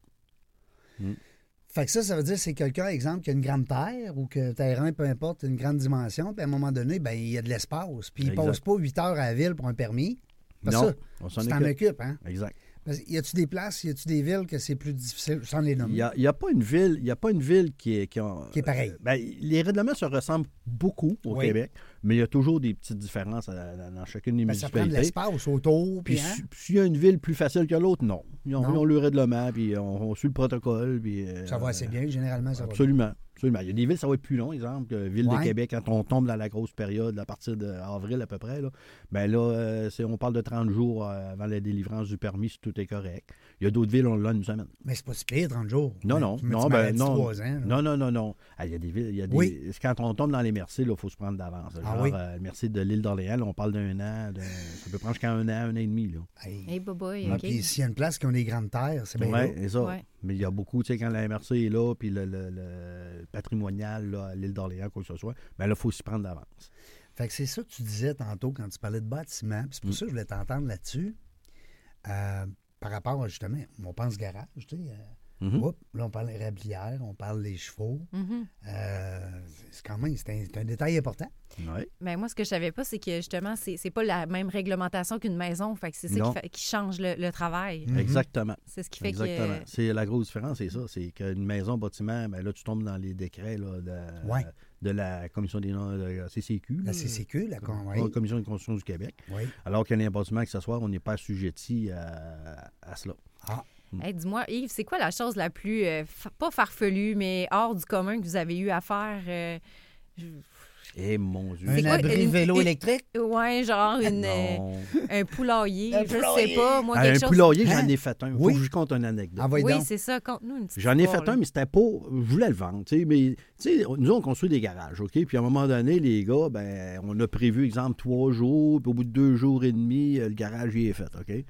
Fait que ça, ça veut dire que c'est quelqu'un, exemple, qui a une grande terre ou que terrain, peu importe, une grande dimension, puis à un moment donné, ben il y a de l'espace. Puis il Exact. passe pas 8 heures à la ville pour un permis. Parce non, que Ben ça, on s'en tu t'en occupe. occupes, hein? Exact. Parce que y a-tu des places, y a-tu des villes que c'est plus difficile, sans les Il nommer? n'y a, il y a pas une ville, il y a pas une ville qui est qui, ont- Hum. Qui est pareille. Euh, ben, les règlements se ressemblent beaucoup au Oui. Québec, mais il y a toujours des petites différences à- dans, dans chacune des Ben, ça prend de municipalités. l'espace autour, Puis puis hein? si- s'il y a une ville plus facile que l'autre, non. Ils ont, Non. ils ont le règlement, puis on, on suit le protocole. Puis, euh, ça va assez bien, généralement, ça va bien. Absolument. Absolument. Il y a des villes, ça va être plus long. Exemple, euh, Ville Ouais. de Québec, quand on tombe dans la grosse période, à partir d'avril à peu près, là, ben là, euh, c'est- on parle de 30 jours euh, avant la délivrance du permis si tout est correct. Il y a d'autres villes, on l'a une semaine. Mais c'est pas si pire, 30 jours. Non, Mais non, tu me- tu non, m'aurais ben, dit non, trois ans, là. non, non, non, non. Ah, il y a des villes, il y a des- Oui. Quand on tombe dans les merci, il faut se prendre d'avance. Genre, Ah oui. euh, le merci de l'île d'Orléans, là, on parle d'un an, d'un- ça peut prendre jusqu'à un an, un an et demi. Là. Hey. hey, boboy, Ah, OK. Puis s'il y a une place qui a des grandes terres, c'est bien là. Ouais, Ben c'est ça. Ouais. Mais il y a beaucoup, tu sais, quand la MRC est là, puis le, le- le patrimonial là, à l'île d'Orléans, quoi que ce soit, ben là, il faut s'y prendre d'avance. Fait que c'est ça que tu disais tantôt quand tu parlais de bâtiment. puis C'est Mm. pour ça que je voulais t'entendre là-dessus. Euh, par rapport à, justement, on pense garage, tu sais. euh, Mhm. oups, là, on parle érablière, on parle des chevaux. Mhm. Euh, c'est quand même, c'est un, c'est un détail important. Ouais. Mais Ben, moi, ce que je savais pas, c'est que justement, c'est c'est pas la même réglementation qu'une maison. Fait que c'est ça qui, Non. fait- qui change le, le travail. Mm-hmm. Exactement. C'est ce qui fait Exactement. que. euh, C'est la grosse différence, c'est ça. C'est qu'une maison, bâtiment, ben là, tu tombes dans les décrets là, de, Ouais. de la commission des noms de la CCQ. La là, CCQ, la con- la oui. Commission de construction du Québec. Oui. Alors qu'un bâtiment accessoire, on n'est pas assujetti à, à cela. euh, Hey, Dis-moi, Yves, c'est quoi la chose la plus, euh, fa- pas farfelue, mais hors du commun que vous avez eu à faire? euh, Eh mon Dieu. Un quoi, abri une- vélo une- électrique? Ouais, genre une, euh, Non. un poulailler, Un je poulailler. sais pas, moi, Ah, quelque un chose. poulailler, Hein? j'en ai fait un. Faut Oui. Ah que je compte une anecdote. Envoie Oui, donc. c'est ça, conte-nous une petite J'en ai histoire, fait un, là. mais c'était pas. Je voulais le vendre, tu sais. Mais, tu sais, on- nous, on construit des garages, OK? Puis à un moment donné, les gars, ben, on a prévu, exemple, trois jours, puis au bout de deux jours et demi, euh, le garage, il est fait, OK?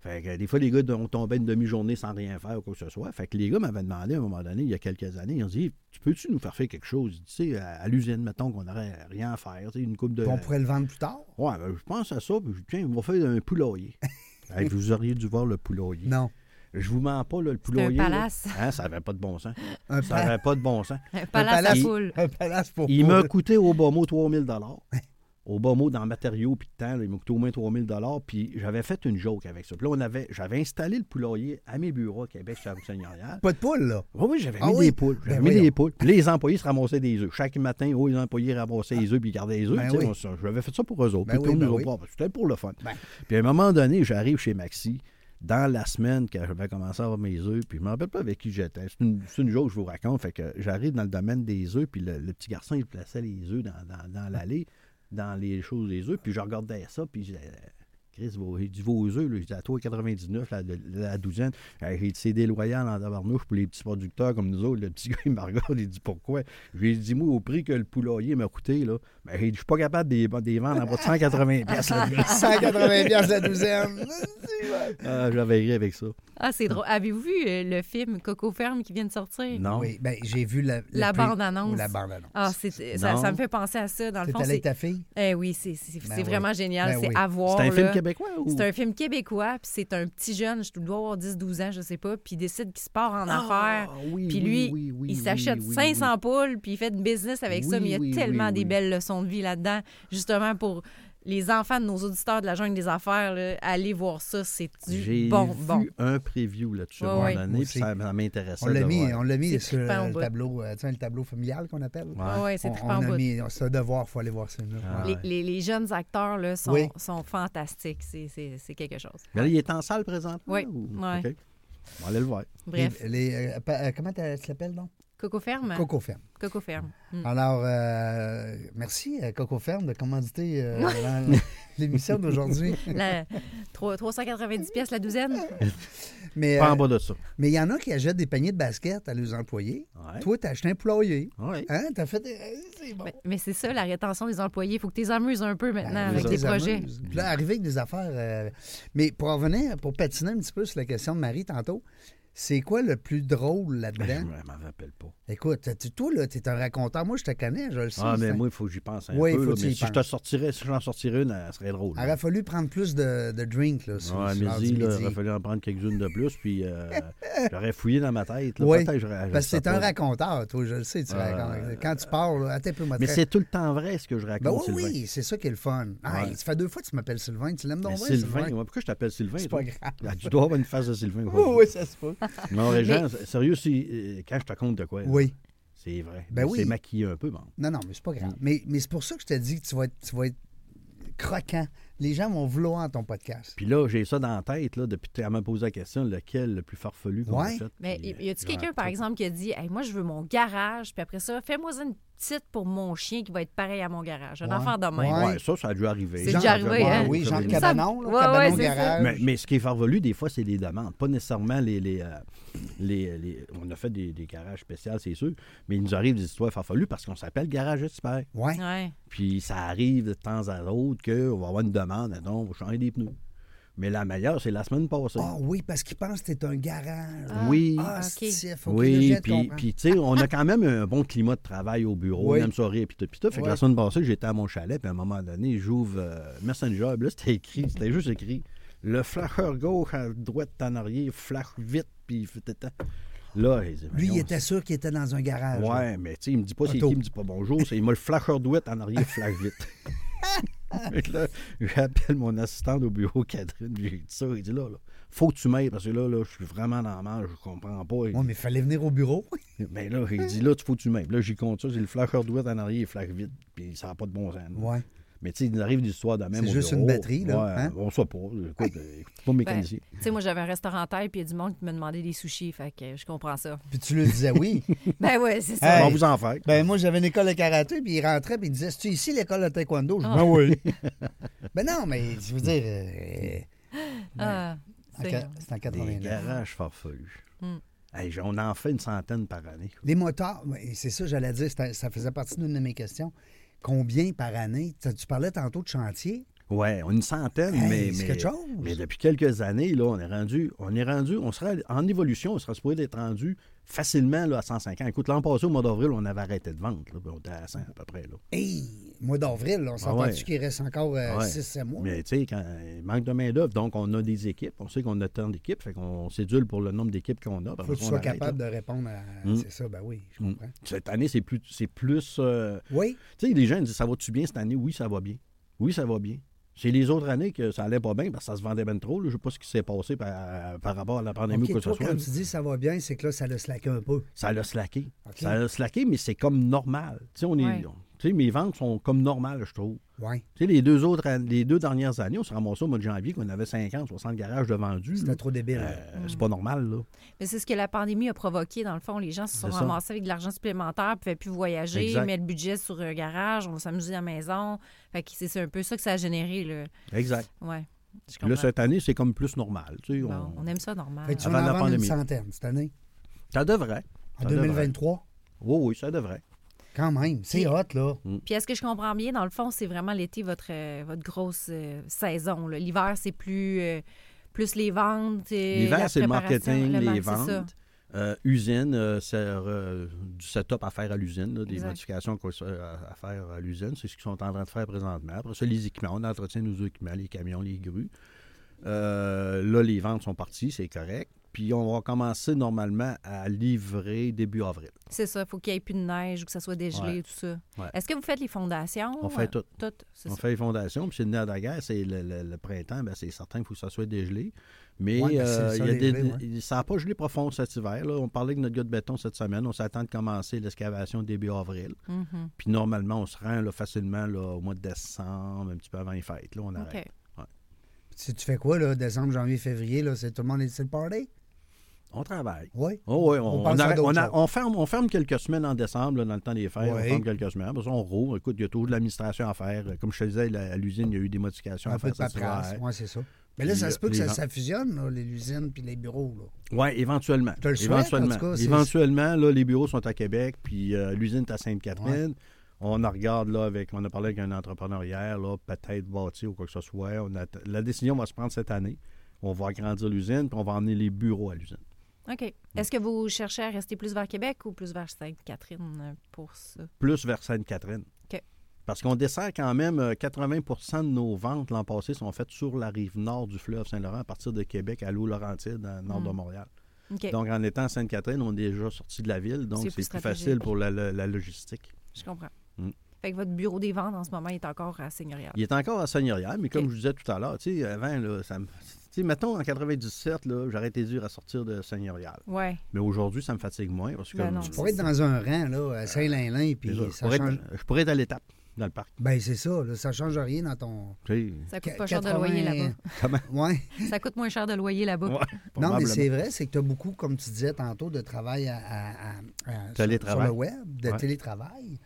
Fait que euh, des fois, les gars ont tombé une demi-journée sans rien faire ou quoi que ce soit. Fait que les gars m'avaient demandé à un moment donné, il y a quelques années, ils ont dit Tu peux-tu nous faire faire quelque chose, tu sais, à, à l'usine, mettons qu'on n'aurait rien à faire, tu sais, une coupe de. Puis on pourrait le vendre plus tard? Ouais, ben, je pense à ça, puis je dis Tiens, on va faire un poulailler. Hey, vous auriez dû voir le poulailler. Non. Je vous mens pas, là, le poulailler. là. palace. Hein, ça n'avait pas de bon sens. Un Ça pa- n'avait pas de bon sens. Un palace à palace. poule. Un palace pour Il poules. m'a coûté au bas mot 3000 Au bas mot, dans matériaux puis de temps, là, il m'a coûté au moins 3000 Puis j'avais fait une joke avec ça. Puis là, on avait, j'avais installé le poulailler à mes bureaux à Québec, sur la rue Seigneurial. Pas de poule, là. Oui, oui, j'avais Ah mis oui? des poules. J'avais Ben mis voyons. des poules. Puis les employés se ramassaient des œufs. Chaque matin, oh, les employés ramassaient les œufs puis ils gardaient les œufs. Ben tu sais, oui. on se- J'avais fait ça pour eux autres. Ben puis oui, tout le ben monde oui. nous a pas- C'était pour le fun. Ben. Puis à un moment donné, j'arrive chez Maxi. dans la semaine quand j'avais commencé à avoir mes œufs, puis je me rappelle pas avec qui j'étais. C'est une, c'est une joke que je vous raconte. Fait que j'arrive dans le domaine des œufs, puis le, le petit garçon, il plaçait les œufs dans, dans- dans l'allée, dans les choses des œufs, puis je regardais ça, puis je disais, Chris, vos, il dit vos œufs, là, je dis à toi 99, la, la douzaine. Euh, J'ai dit, c'est déloyal en tabarnouche pour les petits producteurs comme nous autres. Le petit gars, il me regarde, il dit pourquoi. J'ai dit, moi, au prix que le poulailler m'a coûté, là, ben, j'ai dit, je suis pas capable de les- de les vendre en bas de 180 piastres, là, le gars. 180 piastres la douzaine. Ah, J'avais ri avec ça. Ah, c'est drôle. Avez-vous vu euh, le film Coco Ferme qui vient de sortir? Non. Oui, ben j'ai vu la, le La prix- bande-annonce. ou La bande-annonce. Ah, c'est- ça, Non. ça me fait penser à ça. Dans le T'es fond, allé avec c'est. ta fille? Eh oui, c'est c'est- Ben c'est oui. vraiment génial. Ben c'est oui. à voir. C'est un film là. québécois ou? C'est un film québécois, puis c'est un petit jeune, je dois avoir 10-12 ans, je sais pas, puis il décide qu'il se part en affaires. Ah, oui, Puis oui, lui, oui, oui, il oui, s'achète oui, oui. 500 poules, puis il fait du business avec ça, Oui, mais il y a oui, tellement oui, des oui. belles leçons de vie là-dedans. Justement, pour les enfants de nos auditeurs de la jungle des affaires, là, allez voir ça, c'est J'ai du bon, vu bon. un preview là-dessus Ouais, à un moment ouais. donné, Moi puis aussi. ça, ça m'intéressait. On l'a de mis, voir. on l'a mis C'est sur trippant au le bout. tableau, euh, tu sais, le tableau familial qu'on appelle. Ouais. Ah ouais, c'est On- trippant on en a bout. mis, c'est un devoir, il faut aller voir ça. là. Ah. Les, les- les jeunes acteurs là, sont, Oui. sont fantastiques, c'est- c'est c'est quelque chose. Mais là, il est en salle présentement? Oui, Ou... ouais. OK. On va aller le voir. Bref, Les- les, euh, pa- euh, comment t'as- tu l'appelles, donc? Coco Ferme, Coco Ferme. Coco Ferme. Mm. Alors, euh, merci à Coco Ferme de commanditer euh, dans l'émission d'aujourd'hui. La- trois- 390 pièces la douzaine. Mais Pas en euh, bas de ça. mais il y en a qui achètent des paniers de basket à leurs employés. Ouais. Toi, t'as acheté un poulailler. Ouais. Hein? T'as fait. des- euh, C'est bon. Mais, mais c'est ça, la rétention des employés. Il faut que tu les amuses un peu maintenant avec les Ça les les projets. amuse. Puis là, arriver avec des affaires. euh, Mais pour revenir, pour patiner un petit peu sur la question de Marie tantôt, c'est quoi le plus drôle Ben, Je là-dedans? ne m'en rappelle pas. Écoute, tu- toi, là, t'es un raconteur. Moi, je te connais, je le sais. Ah, mais c'est- moi, il faut que j'y pense un Oui, peu. faut là, que tu mais y si je te penses. sortirais, si j'en sortirais une, elle serait drôle. Il aurait fallu prendre plus de, de drink, là, sur, Ouais, sur l'heure midi, du là, il midi. aurait fallu en prendre quelques-unes de plus, puis euh, j'aurais fouillé dans ma tête. là. Oui, Peut-être que j'aurais- Parce que j'aurais t'es un ah, pas- raconteur, toi, je le sais, tu Euh, racontes. Quand tu parles, là, attends un peu, moi, Mais très- c'est tout le temps vrai ce que je Ben raconte, oui, Sylvain. oui, c'est ça qui est le fun. Ah, Ouais. Ça fait deux fois que tu m'appelles Sylvain, tu l'aimes Mais donc bien, Sylvain, ouais, pourquoi je t'appelle Sylvain? C'est toi? pas grave. Ah, Tu dois avoir une face de Sylvain. Oui, quoi. oui, ça se peut. Non, Régent, s- sérieux, si, euh, quand je te compte de quoi, là, Oui. c'est vrai. Ben Mais oui. C'est maquillé un peu, bon. Non, non, mais c'est pas grave. Mm. Mais, mais c'est pour ça que je te dis que tu vas être, tu vas être croquant. Les gens vont vouloir ton podcast. Puis là, j'ai ça dans la tête, là, depuis qu'elle m'a posé la question, lequel le plus farfelu qu'on Ouais. achète. Mais puis, y y a-tu euh, quelqu'un, par exemple, qui a dit Hey, Moi, je veux mon garage, puis après ça, fais-moi une petite pour mon chien qui va être pareil à mon garage. Un Ouais. enfant de même. Ouais. Ouais, ça, ça a dû arriver. C'est Ça déjà a dû arrivé, arriver. hein? Oui, Ça Jean a dû arriver. Cabanon, là, Ouais, ouais, Cabanon c'est ça. Garage. Mais, mais ce qui est farvelu, des fois, c'est les demandes. Pas nécessairement les. les, euh, les- les- on a fait des, des garages spéciaux, c'est sûr, mais il nous arrive des histoires farfelues parce qu'on s'appelle Garage Expert. Ouais. Ouais. Puis ça arrive de temps à autre qu'on va avoir une demande, on va changer des pneus. Mais la meilleure, c'est la semaine passée. Ah oui, parce qu'ils pensent que t'es un garage. oui. Ah, ok. c'est faut Oui, puis, puis, tu sais, on a quand même un bon climat de travail au bureau, Oui. même soirée, puis tout, puis tout. Fait que Oui. la semaine passée, j'étais à mon chalet, puis à un moment donné, j'ouvre euh, Messenger, puis là, c'était écrit, c'était juste écrit le flasheur gauche à droite en arrière, flash vite, puis fait- fait- fait. Là, j'ai dit, Lui, il voyons, était sûr qu'il était dans un garage. Ouais, mais tu sais, il me dit pas c'est qui, Auto. il me dit pas bonjour, c'est il m'a le flasheur douette en arrière, flash vite. Fait que là, j'appelle mon assistante au bureau, Catherine, puis j'ai dit ça, il dit là, là, faut que tu m'aides, parce que là, là, je suis vraiment dans la marge, je comprends pas. Il dit, Oui, mais il fallait venir au bureau. mais Ben là, il dit là, tu faut que tu m'aides. Là, j'y compte ça, c'est le flasheur douette en arrière, il flash vite, puis ça n'a pas de bon sens. là. Ouais. Mais tu sais, il arrive des histoires de même. C'est au juste bureau. une batterie, là, Ouais, hein? On sait pas. Écoute, euh, écoute pas Ben, mécanicien. tu sais, moi, j'avais un restaurant-taille, puis il y a du monde qui me demandait des sushis. Fait que euh, je comprends ça. Puis tu lui disais oui. ben ouais, c'est ça. Hey. On va vous en faire. Ben moi, j'avais une école de karaté, puis il rentrait, puis il disait, c'est ici l'école de taekwondo? Je dis, ben oui. ben non, mais je veux dire, euh, Ah, en c'est- ca- c'est en des 89. garages farfelus. Hey, j'en- on en fait une centaine par année. Les moteurs, ouais, c'est ça, j'allais dire, c'était- ça faisait partie d'une de mes questions. Combien par année? Tu tu parlais tantôt de chantier. Ouais, on une centaine, Hey, mais, c'est mais, quelque chose. mais depuis quelques années, là, on est rendu, on est rendu, on sera en évolution, on sera supposé être rendu facilement là, à 150. Écoute, l'an passé, au mois d'avril, on avait arrêté de vendre, là, puis on était à 100 à peu près. Là. Hey, mois d'avril, là, on s'entend Ah ouais. qu'il reste encore Ouais. 6-7 mois? Mais tu sais, quand il manque de main-d'œuvre, donc on a des équipes, on sait qu'on a tant d'équipes, fait qu'on s'édule pour le nombre d'équipes qu'on a. Il parce faut que tu qu'on sois arrête, capable là. de répondre à... C'est ça, ben oui, je Mm. comprends. Cette année, c'est plus. C'est plus euh, Oui, Tu sais, les gens disent Ça va-tu bien cette année Oui, ça va bien. Oui, ça va bien. C'est les autres années que ça allait pas bien parce que ça se vendait bien trop. là. Je ne sais pas ce qui s'est passé par, par rapport à la pandémie OK, ou quoi que toi, ce soit. quand tu dis ça va bien, c'est que là, ça le slacké un peu. Ça l'a slacké. OK. Ça l'a slacké, mais c'est comme normal. Tu sais, on est. Ouais. on- Tu sais, mes ventes sont comme normales, je trouve. Oui. Tu sais, les deux autres, an- les deux dernières années, on se ramassait au mois de janvier qu'on avait 50, 60 garages de vendus. là. C'était trop débile. Euh, Hmm. c'est pas normal, là. Mais c'est ce que la pandémie a provoqué, dans le fond. Les gens se sont C'est ça. ramassés avec de l'argent supplémentaire, pouvaient plus voyager, Exact. mettre le budget sur un garage, on va s'amuser à la maison. Fait que c'est c'est un peu ça que ça a généré, là. Exact. Ouais. Je Là, comprends. cette année, c'est comme plus normal. Tu sais, on- Bon, on aime ça normal. Fait que tu Avant vas en la vendre une pandémie. centaine cette année, Ça devrait. en Ça devrait. 2023. Oui, oui, ça devrait. Quand même, c'est hot, là. Hmm. Puis est-ce que je comprends bien, dans le fond, c'est vraiment l'été votre, euh, votre grosse euh, saison. là. L'hiver, c'est plus, euh, plus les ventes. euh, la L'hiver, c'est le préparation, marketing, le les mar- c'est ça. ventes. euh, usine, euh, c'est euh, du setup à faire à l'usine, là, des Exact. modifications qu'on- euh, à faire à l'usine. C'est ce qu'ils sont en train de faire présentement. Après ça, les équipements, on entretient nos équipements, les camions, les grues. Euh, là, les ventes sont parties, c'est correct. Puis on va commencer normalement à livrer début avril. C'est ça, faut qu'il n'y ait plus de neige ou que ça soit dégelé, Ouais. tout ça. Ouais. Est-ce que vous faites les fondations? Euh, On fait tout. Tout, c'est On ça. fait les fondations, puis c'est le nerf de la guerre, c'est le, le- le printemps, ben, c'est certain qu'il faut que ça soit dégelé. Mais Ouais, ben, c'est euh, ça, il y a des- dégelé, ça n'a pas gelé profond cet hiver. là. On parlait avec notre gars de béton cette semaine. On s'attend de commencer l'excavation début avril. Mhm. Puis normalement, on se rend là, facilement là, au mois de décembre, un petit peu avant les fêtes. Là, on OK. arrête. Tu, tu fais quoi, là, décembre, janvier, février, là? C'est tout le monde est c'est le party? On travaille. Oui. Oh, oui, on, On pense on à arrête- d'autres on a- choses. on ferme, on ferme quelques semaines en décembre, là, dans le temps des fêtes. Ouais. On ferme quelques semaines. Après ça, on roule. Écoute, il y a toujours de l'administration à faire. Comme je te disais, la- à l'usine, il y a eu des modifications Un à peu faire de cet paperasse. hiver. Oui, c'est ça. Mais là, Puis, ça euh, se peut que les ça, gens- ça fusionne, là, les usines puis les bureaux, là. Oui, éventuellement. Je te le souhaite, éventuellement, en tout cas, c'est- éventuellement là, les bureaux sont à Québec, puis euh, l'usine est à Sainte-Catherine. On en regarde là avec. On a parlé avec un entrepreneur hier, là, peut-être bâti ou quoi que ce soit. On a- la décision va se prendre cette année. On va agrandir l'usine, puis on va emmener les bureaux à l'usine. OK. Est-ce que vous cherchez à rester plus vers Québec ou plus vers Sainte-Catherine euh, pour ça? plus vers Sainte-Catherine. OK. Parce qu'on dessert quand même euh, 80 de nos ventes l'an passé sont faites sur la rive nord du fleuve Saint-Laurent à partir de Québec à l'eau Laurentide, dans le nord de Montréal. Mm. OK. Donc en étant à Sainte-Catherine, on est déjà sorti de la ville, donc C'est c'est plus plus, stratégique. facile pour la, la- la logistique. je comprends. Mm. Fait que votre bureau des ventes en ce moment est encore à Seigneurial. Il est encore à Seigneurial, mais comme OK. je vous disais tout à l'heure, tu sais, avant, là, ça me- tu sais, mettons en 97, là, j'aurais été dur à sortir de Seigneurial. Ouais. Mais aujourd'hui, ça me fatigue moins parce que Ben non. Tu pourrais être dans un rang, Euh, là, à Saint-Lin-Lin, puis Déjà, je, ça pourrais change... être, je pourrais être à l'étape dans le parc. Ben, c'est ça, là, ça change rien dans ton... Tu sais, Ça coûte pas cher de loyer là-bas. Ouais. Ça coûte moins cher de loyer là-bas. ouais, Non, mais probablement. c'est vrai, c'est que tu as beaucoup, comme tu disais tantôt, de travail à, à- à- à- sur, sur Télétravail. le web, de Ouais. télétravail.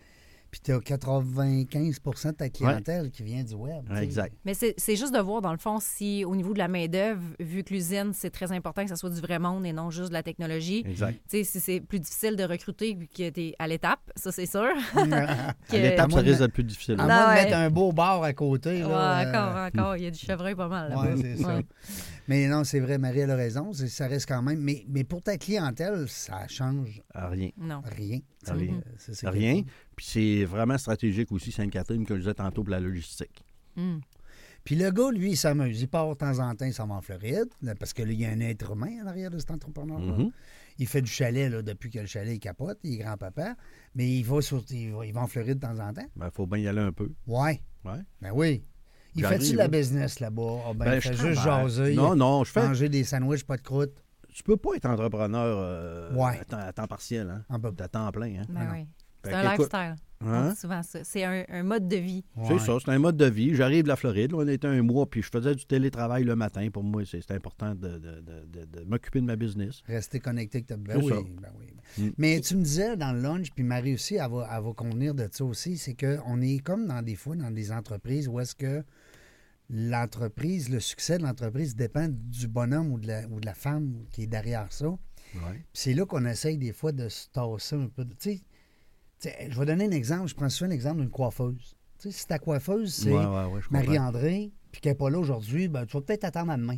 Puis tu as 95 de ta clientèle qui vient du web. tu sais. Exact. Mais c'est c'est juste de voir, dans le fond, si au niveau de la main-d'œuvre, vu que l'usine, c'est très important que ça soit du vrai monde et non juste de la technologie. Exact. Tu sais, si c'est plus difficile de recruter vu que t'es à l'étape, ça c'est sûr. Que- À l'étape, Euh, À ça moins de- Ah. risque d'être plus difficile. À Non, moins de Bah ouais. mettre un beau bar à côté. Ouais, là, euh, encore, encore. Il y a du chevreuil pas mal là-bas. Ouais, c'est ça. Ouais. Mais non, c'est vrai, Marie elle a raison. c'est- Ça reste quand même. Mais, mais pour ta clientèle, ça change Ah, Rien. Non. rien. Rien. Euh, c'est ça qui est Rien. fun. Puis c'est vraiment stratégique aussi, Sainte-Catherine, que je disais tantôt pour la logistique. Mm. Puis le gars, lui, il s'amuse. Il part de temps en temps, il s'en va en Floride, là, parce que là, il y a un être humain en arrière de cet entrepreneur Mhm. Il fait du chalet, là, depuis que le chalet, il capote, il est grand-papa, mais il va, sur, il va, il va en Floride de temps en temps. Il Ben, faut bien y aller un peu. Ouais, Ouais. ben oui. Il J'arrive, fait-tu de la oui. business là-bas? Ah, ben, Ben, il fait je juste travaille. jaser, Non, non, je fais. manger des sandwichs, pas de croûte. Tu peux pas être entrepreneur euh, Ouais. Ah, à, temps, à temps partiel, hein? En bas. À temps plein, hein? Ben non. oui. C'est Fait un que, écoute, lifestyle. Ah, On hein? dit souvent ça. C'est un, un mode de vie. Ouais. C'est ça, c'est un mode de vie. J'arrive de la Floride, là, on était un mois, puis je faisais du télétravail le matin. Pour moi, c'est c'est important de, de- de- de- de m'occuper de ma business. Rester connecté avec ta... Ben C'est oui, ça. ben oui. Mm. Mais tu me disais dans le lunch, puis Marie aussi, elle va, elle va convenir de ça aussi, c'est qu'on est comme dans des fois dans des entreprises où est-ce que l'entreprise, le succès de l'entreprise dépend du bonhomme ou de la, ou de la femme qui est derrière ça. Ouais. Puis c'est là qu'on essaye des fois de se tasser un peu. de- Tu sais, tu sais, je vais donner un exemple. Je prends souvent l'exemple d'une coiffeuse. Tu sais, si ta coiffeuse, c'est Ouais, ouais, ouais, je comprends. Marie-André, puis qu'elle n'est pas là aujourd'hui, ben, tu vas peut-être attendre à demain.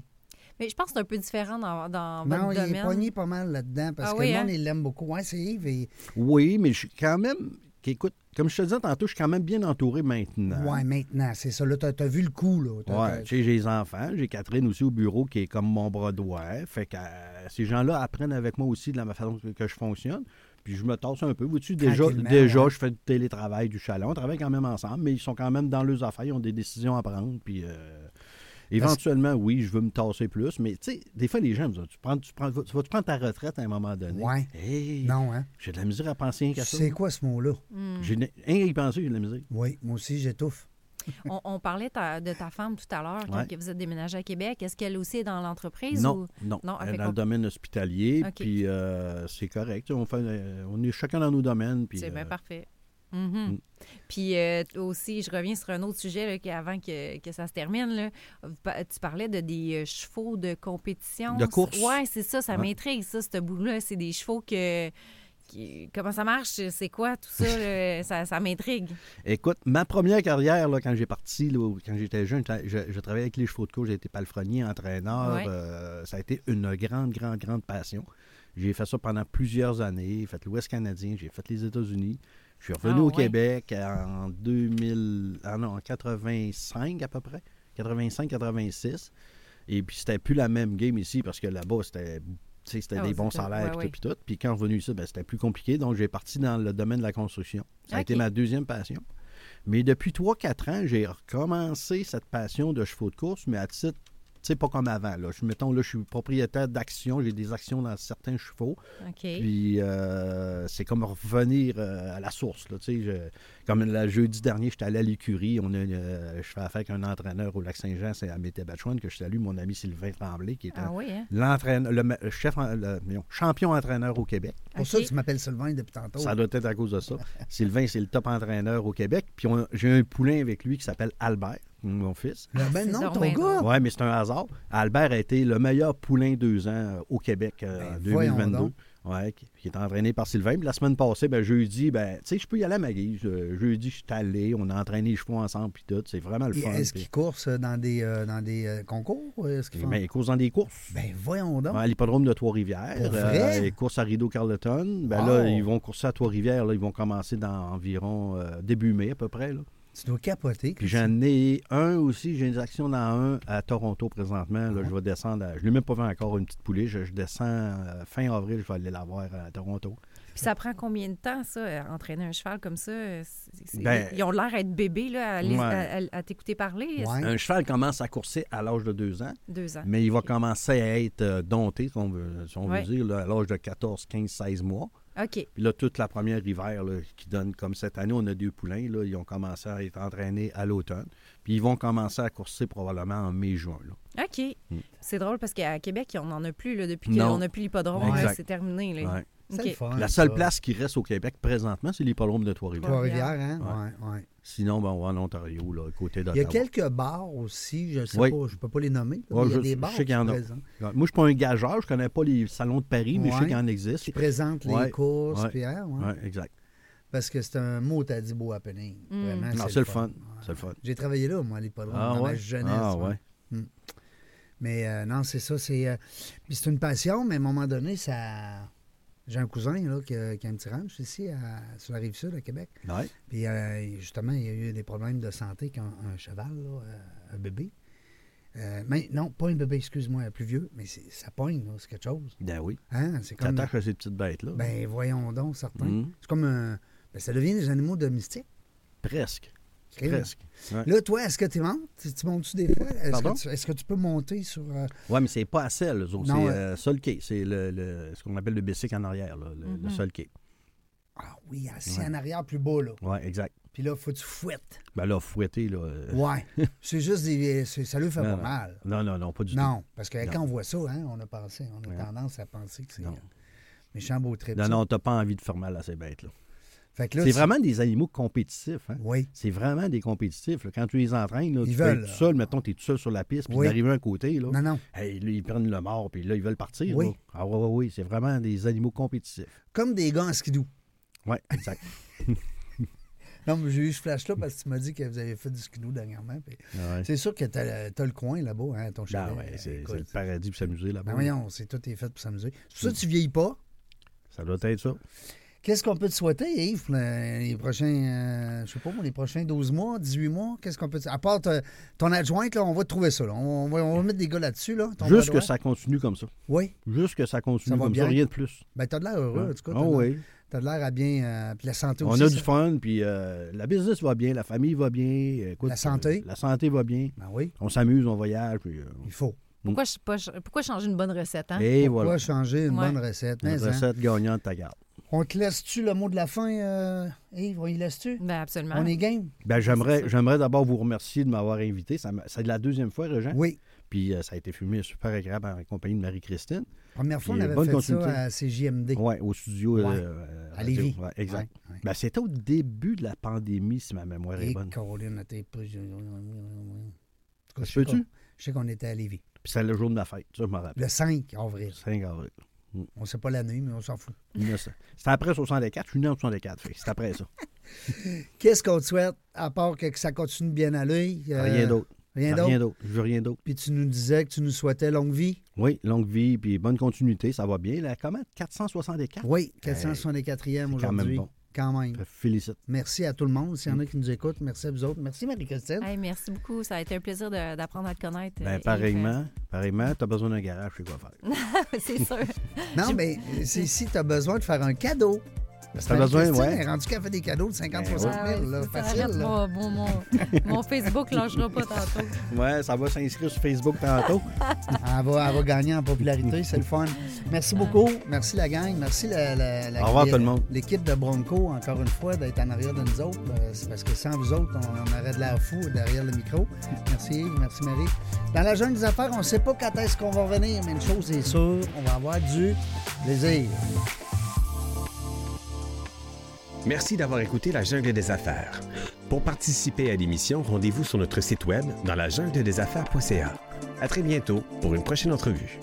Mais je pense que c'est un peu différent dans, dans non, votre il est domaine. pogné pas mal là-dedans parce Ah que oui, le monde, hein? il l'aime beaucoup. Ouais, c'est Yves. Et... Oui, mais je suis quand même. Écoute, comme je te disais tantôt, je suis quand même bien entouré maintenant. Ouais, maintenant, c'est ça. Là, t'as as vu le coup, là. T'as- Ah. Ouais, t'as- tu sais, j'ai euh, les enfants, j'ai Catherine aussi au bureau qui est comme mon bras droit. Fait que euh, ces gens-là apprennent avec moi aussi de la façon que, que je fonctionne. Puis je me tasse un peu. Vois-tu, déjà, Tranquillement, déjà ouais. je fais du télétravail, du chalet. On travaille quand même ensemble, mais ils sont quand même dans leurs affaires. Ils ont des décisions à prendre. Puis euh, Éventuellement, oui, je veux me tasser plus, mais tu sais, des fois, les gens me disent Tu, prends, tu, prends, tu vas-tu prendre ta retraite à un moment donné Ouais. Hey, Non, hein? J'ai de la misère à penser rien qu'à ça. C'est quoi ce mot-là? Mm. J'ai une- rien qu'à y penser, j'ai de la misère. Oui, moi aussi, j'étouffe. On, on parlait ta- de ta femme tout à l'heure, quand Ouais. que vous êtes déménagé à Québec. Est-ce qu'elle aussi est dans l'entreprise? Non, ou- non. Non, Elle fait est dans qu'on- le domaine hospitalier, OK. puis euh, c'est correct. On, fait, euh, on est chacun dans nos domaines. puis, C'est bien euh, parfait. Mhm. Mm. Puis euh, aussi, je reviens sur un autre sujet là, qui- avant que, que ça se termine. là. Vous pa- Tu parlais de des euh, chevaux de compétition. De course. Oui, c'est ça, ça Ouais. m'intrigue, ça, ce bout-là. C'est des chevaux que. qui- Comment ça marche? C'est quoi tout ça? là? ça ça m'intrigue. Écoute, ma première carrière, là, quand j'ai parti, là, ou quand j'étais jeune, j'étais- je, je travaillais avec les chevaux de course, j'ai été palefrenier, entraîneur. Ouais. euh, ça a été une grande, grande, grande passion. J'ai fait ça pendant plusieurs années. J'ai fait l'Ouest canadien, j'ai fait les États-Unis. Je suis revenu Ah, au ouais. Québec en 2000, ah non, en 85 à peu près, 85-86. Et puis c'était plus la même game ici parce que là-bas, c'était tu sais, c'était Ah, des bons c'était- salaires ouais, puis tout, puis tout. Puis quand revenu ici, ben, c'était plus compliqué. Donc, j'ai parti dans le domaine de la construction. Ça a été Ok. ma deuxième passion. Mais depuis 3-4 ans, j'ai recommencé cette passion de chevaux de course, mais à titre, tu sais, pas comme avant. Là. Je, mettons, là, je suis propriétaire d'actions, j'ai des actions dans certains chevaux. OK. Puis euh, c'est comme revenir euh, à la source. Là, tu sais, je- comme le jeudi dernier, j'étais allé à l'écurie. On a, euh, je fais affaire avec un entraîneur au Lac-Saint-Jean, c'est à Métébatchouane, que je salue, mon ami Sylvain Tremblay, qui est un ah oui, hein? l'entraîneur, le ma- chef, en- le- voyons, champion entraîneur au Québec. Pour OK. ça que tu m'appelles Sylvain depuis tantôt. Ça doit être à cause de ça. Sylvain, c'est le top entraîneur au Québec. Puis on- j'ai un poulain avec lui qui s'appelle Albert, mon fils. Le ben C'est non, donc ton ben gars! Oui, mais c'est un hasard. Albert a été le meilleur poulain deux ans euh, au Québec euh, en Ben, voyons 2022. donc. Ouais, qui, qui est entraîné par Sylvain. Puis la semaine passée, ben, jeudi, ben, tu sais, je peux y aller à ma guise. Euh, Jeudi, je suis allé, on a entraîné les chevaux ensemble, puis tout. C'est vraiment le Et fun. Est-ce puis- qu'il course dans des, euh, dans des euh, concours? Est-ce qu'il fait- Ben, il course dans des courses. Ben, voyons donc. Ouais, à l'hippodrome de Trois-Rivières. Pour vrai? les courses à Rideau-Carleton. Ben Wow. là, ils vont courser à Trois-Rivières. là, Ils vont commencer dans environ euh, début mai à peu près. là. Tu dois capoter. Puis j'en ai un aussi. J'ai une action dans un à Toronto présentement. Uh-huh. Là, Je vais descendre. à- je ne l'ai même pas vu encore, une petite poulie. Je, je descends euh, fin avril. Je vais aller la voir à Toronto. Puis ça prend combien de temps, ça, euh, entraîner un cheval comme ça? Euh, c'est- c'est- Ben- ils ont l'air d'être bébés, là, à, les- Ouais. à- à- à t'écouter parler. Ouais. Un cheval commence à courser à l'âge de deux ans, Deux ans. mais il va commencer à être euh, dompté, si on veut, si on veut Ah, Ouais. dire, là, à l'âge de 14, 15, 16 mois. OK. Puis là, toute la première hiver là, qui donne, comme cette année, on a deux poulains, là, ils ont commencé à être entraînés à l'automne. Puis ils vont commencer à courser probablement en mai-juin. là. OK. C'est drôle parce qu'à Québec, on n'en a plus là, depuis Mm. Non. qu'on n'a plus l'hippodrome. là, Exact. C'est terminé. Là. Ouais. C'est OK. le fun, La seule ça. place qui reste au Québec présentement, c'est l'hippodrome de Trois-Rivières. Trois-Rivières, hein? Ouais, ouais. Sinon, ben, on va en Ontario, là, à côté Il y a d'Ottawa. quelques bars aussi, je ne sais Oui. pas, je ne peux pas les nommer. là, Ouais, mais il y a je- des je bars sais qu'il y qui en a. présentent- Ouais. Moi, je ne suis pas un gageur, je connais pas les salons de Paris, mais je sais Ouais. qu'il en existe. qui présentent les Ouais, courses, ouais, puis, hein, ouais. Ouais, exact. parce que c'est un mot t'as dit beau happening. Vraiment, Non, c'est le fun. C'est le fun. J'ai travaillé là, moi, à l'époque, Ah dans ouais? ma jeunesse. Ah ouais. ouais. Mais euh, non, c'est ça. C'est euh, puis c'est une passion, mais à un moment donné, ça. J'ai un cousin là, qui, a, qui a un petit ranch ici, à- sur la rive sud, à Québec. Ouais. Puis euh, justement, il y a eu des problèmes de santé qu'un un cheval, là, euh, un bébé. Euh, mais non, pas un bébé, excuse-moi, plus vieux, mais c'est- ça pogne, là, c'est quelque chose. Ben oui. Hein? C'est comme. T'attaches à ces petites bêtes-là. Ben voyons donc, certains. Mhm. C'est comme un. ben, ça devient des animaux domestiques. Presque. Crime. Presque. Ouais. Là, toi, est-ce que tu montes? Tu, tu montes-tu des fois? Est-ce Pardon? que, tu- est-ce que tu peux monter sur. euh, Oui, mais c'est pas à selle, eux autres. Non, c'est euh, euh, solqué. C'est le, le- ce qu'on appelle le bessic en arrière, là, le, Mm-hmm. le solqué. Ah oui, assis Ouais. en arrière plus bas, là. Oui, exact. Puis là, faut que tu fouettes. Ben là, fouetté, là. euh, Ouais. c'est juste des. c'est- Ça lui fait non, pas non. mal. Non, non, non, pas du Non, parce que Non. quand on voit ça, hein, on a pensé, on a Ouais. tendance à penser que c'est Non. euh, méchant beau trip. tout. Non, ça. non, t'as pas envie de faire mal à ces bêtes-là. Fait que là, C'est tu- vraiment des animaux compétitifs. Hein? Oui. C'est vraiment des compétitifs. là. Quand tu les entraînes, là, Ils tu veulent, peux être là. tout seul, mettons, t'es tout seul sur la piste, puis Oui. d'arriver à un côté, là. Non, non. hey, là, ils prennent le mort, puis là, ils veulent partir. Oui. là. Ah oui, oui, oui. C'est vraiment des animaux compétitifs. Comme des gars en skidou. Oui, exact. Non, mais j'ai eu ce flash-là parce que tu m'as dit que vous avez fait du skidou dernièrement. puis Ah, Ouais. C'est sûr que t'as as le coin là-bas, hein, ton chalet. Ben ouais, c'est Écoute, c'est le paradis pour s'amuser ben là-bas. Mm. voyons, c'est tout est fait pour s'amuser. C'est pour ça que tu vieillis pas. ça doit être ça. Qu'est-ce qu'on peut te souhaiter, Yves, pour le- les prochains, euh, je sais pas, moi, les prochains 12 mois, 18 mois? Qu'est-ce qu'on peut te... À part te- ton adjointe, là, on va te trouver ça. là. On, va, on va mettre des gars là-dessus. Là, ton Juste bras que droit. ça continue comme ça. Oui. Juste que ça continue Ça va comme bien. ça, rien de plus. Ben, t'as de l'air heureux, en tout cas. Ah T'as de- oui. t'as de l'air à bien. euh, puis la santé On aussi. a ça- du fun, puis euh, la business va bien, la famille va bien. écoute, La santé. euh, la santé va bien. Ben oui, On s'amuse, on voyage, puis... euh, il faut. Pourquoi, je- pas ch- pourquoi changer une bonne recette, hein? et Pourquoi voilà. changer une Ouais. bonne recette? Une Mais, hein. recette gagnante, ta garde. On te laisse-tu le mot de la fin, euh, Yves? On y laisse-tu? Ben absolument. On est game? Ben, C'est j'aimerais, ça. j'aimerais d'abord vous remercier de m'avoir invité. Ça m'a- C'est la deuxième fois, Régent. Oui. Puis euh, ça a été fumé super agréable en compagnie de Marie-Christine. Première fois, on Puis, avait bonne fait continuité. ça à CJMD. Oui, au studio. Ouais. euh, À radio. Lévis. Ouais, exact. Ouais, ouais. Ben, c'était au début de la pandémie, si ma mémoire Et est bonne. Caroline, t'es pas- je- En tout cas, je Ça se sais peut-tu? qu'on- Je sais qu'on était à Lévis. Puis c'est le jour de ma fête, ça, je m'en rappelle. Le 5 avril. 5 avril. On sait pas l'année, mais on s'en fout. 1900. C'était après 64, je suis né en 64, fait que c'est après ça. Qu'est-ce qu'on te souhaite, à part que que ça continue bien à l'œil? euh, Rien d'autre. Rien Rien d'autre? d'autre. Je veux rien d'autre. Puis tu nous disais que tu nous souhaitais longue vie? Oui, longue vie, puis bonne continuité, ça va bien. La commande 464. Oui, 464e quand même aujourd'hui. bon. Quand même. Je Félicite. Merci à tout le monde. S'il y en a qui nous écoutent, merci à vous autres. Merci Marie-Christine. Hey, merci beaucoup. Ça a été un plaisir de- d'apprendre à te connaître. euh, Ben, Yves. pareillement, pareillement, t'as besoin d'un garage, je sais quoi faire. C'est sûr. Non, mais c'est si tu as besoin de faire un cadeau. Parce que T'as besoin, Marie-Christine ouais. est rendu qu'elle fait des cadeaux de 50 60 Ah ouais, 000. là, ça facile. arrête là. pas. Mon, mon- mon Facebook ne lâchera pas tantôt. Ouais, ça va s'inscrire sur Facebook tá? Então, tantôt. Elle, va, elle va gagner en popularité, c'est le fun. Merci beaucoup. Merci la gang. Merci la, la- la- Au revoir, tout le monde. l'équipe de Bronco, encore une fois, d'être en arrière de nous autres. Euh, c'est parce que sans vous autres, on, on aurait de l'air fou derrière le micro. Merci Yves, merci Marie. Dans la jungle des affaires, on ne sait pas quand est-ce qu'on va revenir, mais une chose est sûre, on va avoir du plaisir. Merci d'avoir écouté La Jungle des Affaires. Pour participer à l'émission, rendez-vous sur notre site web dans la jungle des affaires.ca. À très bientôt pour une prochaine entrevue.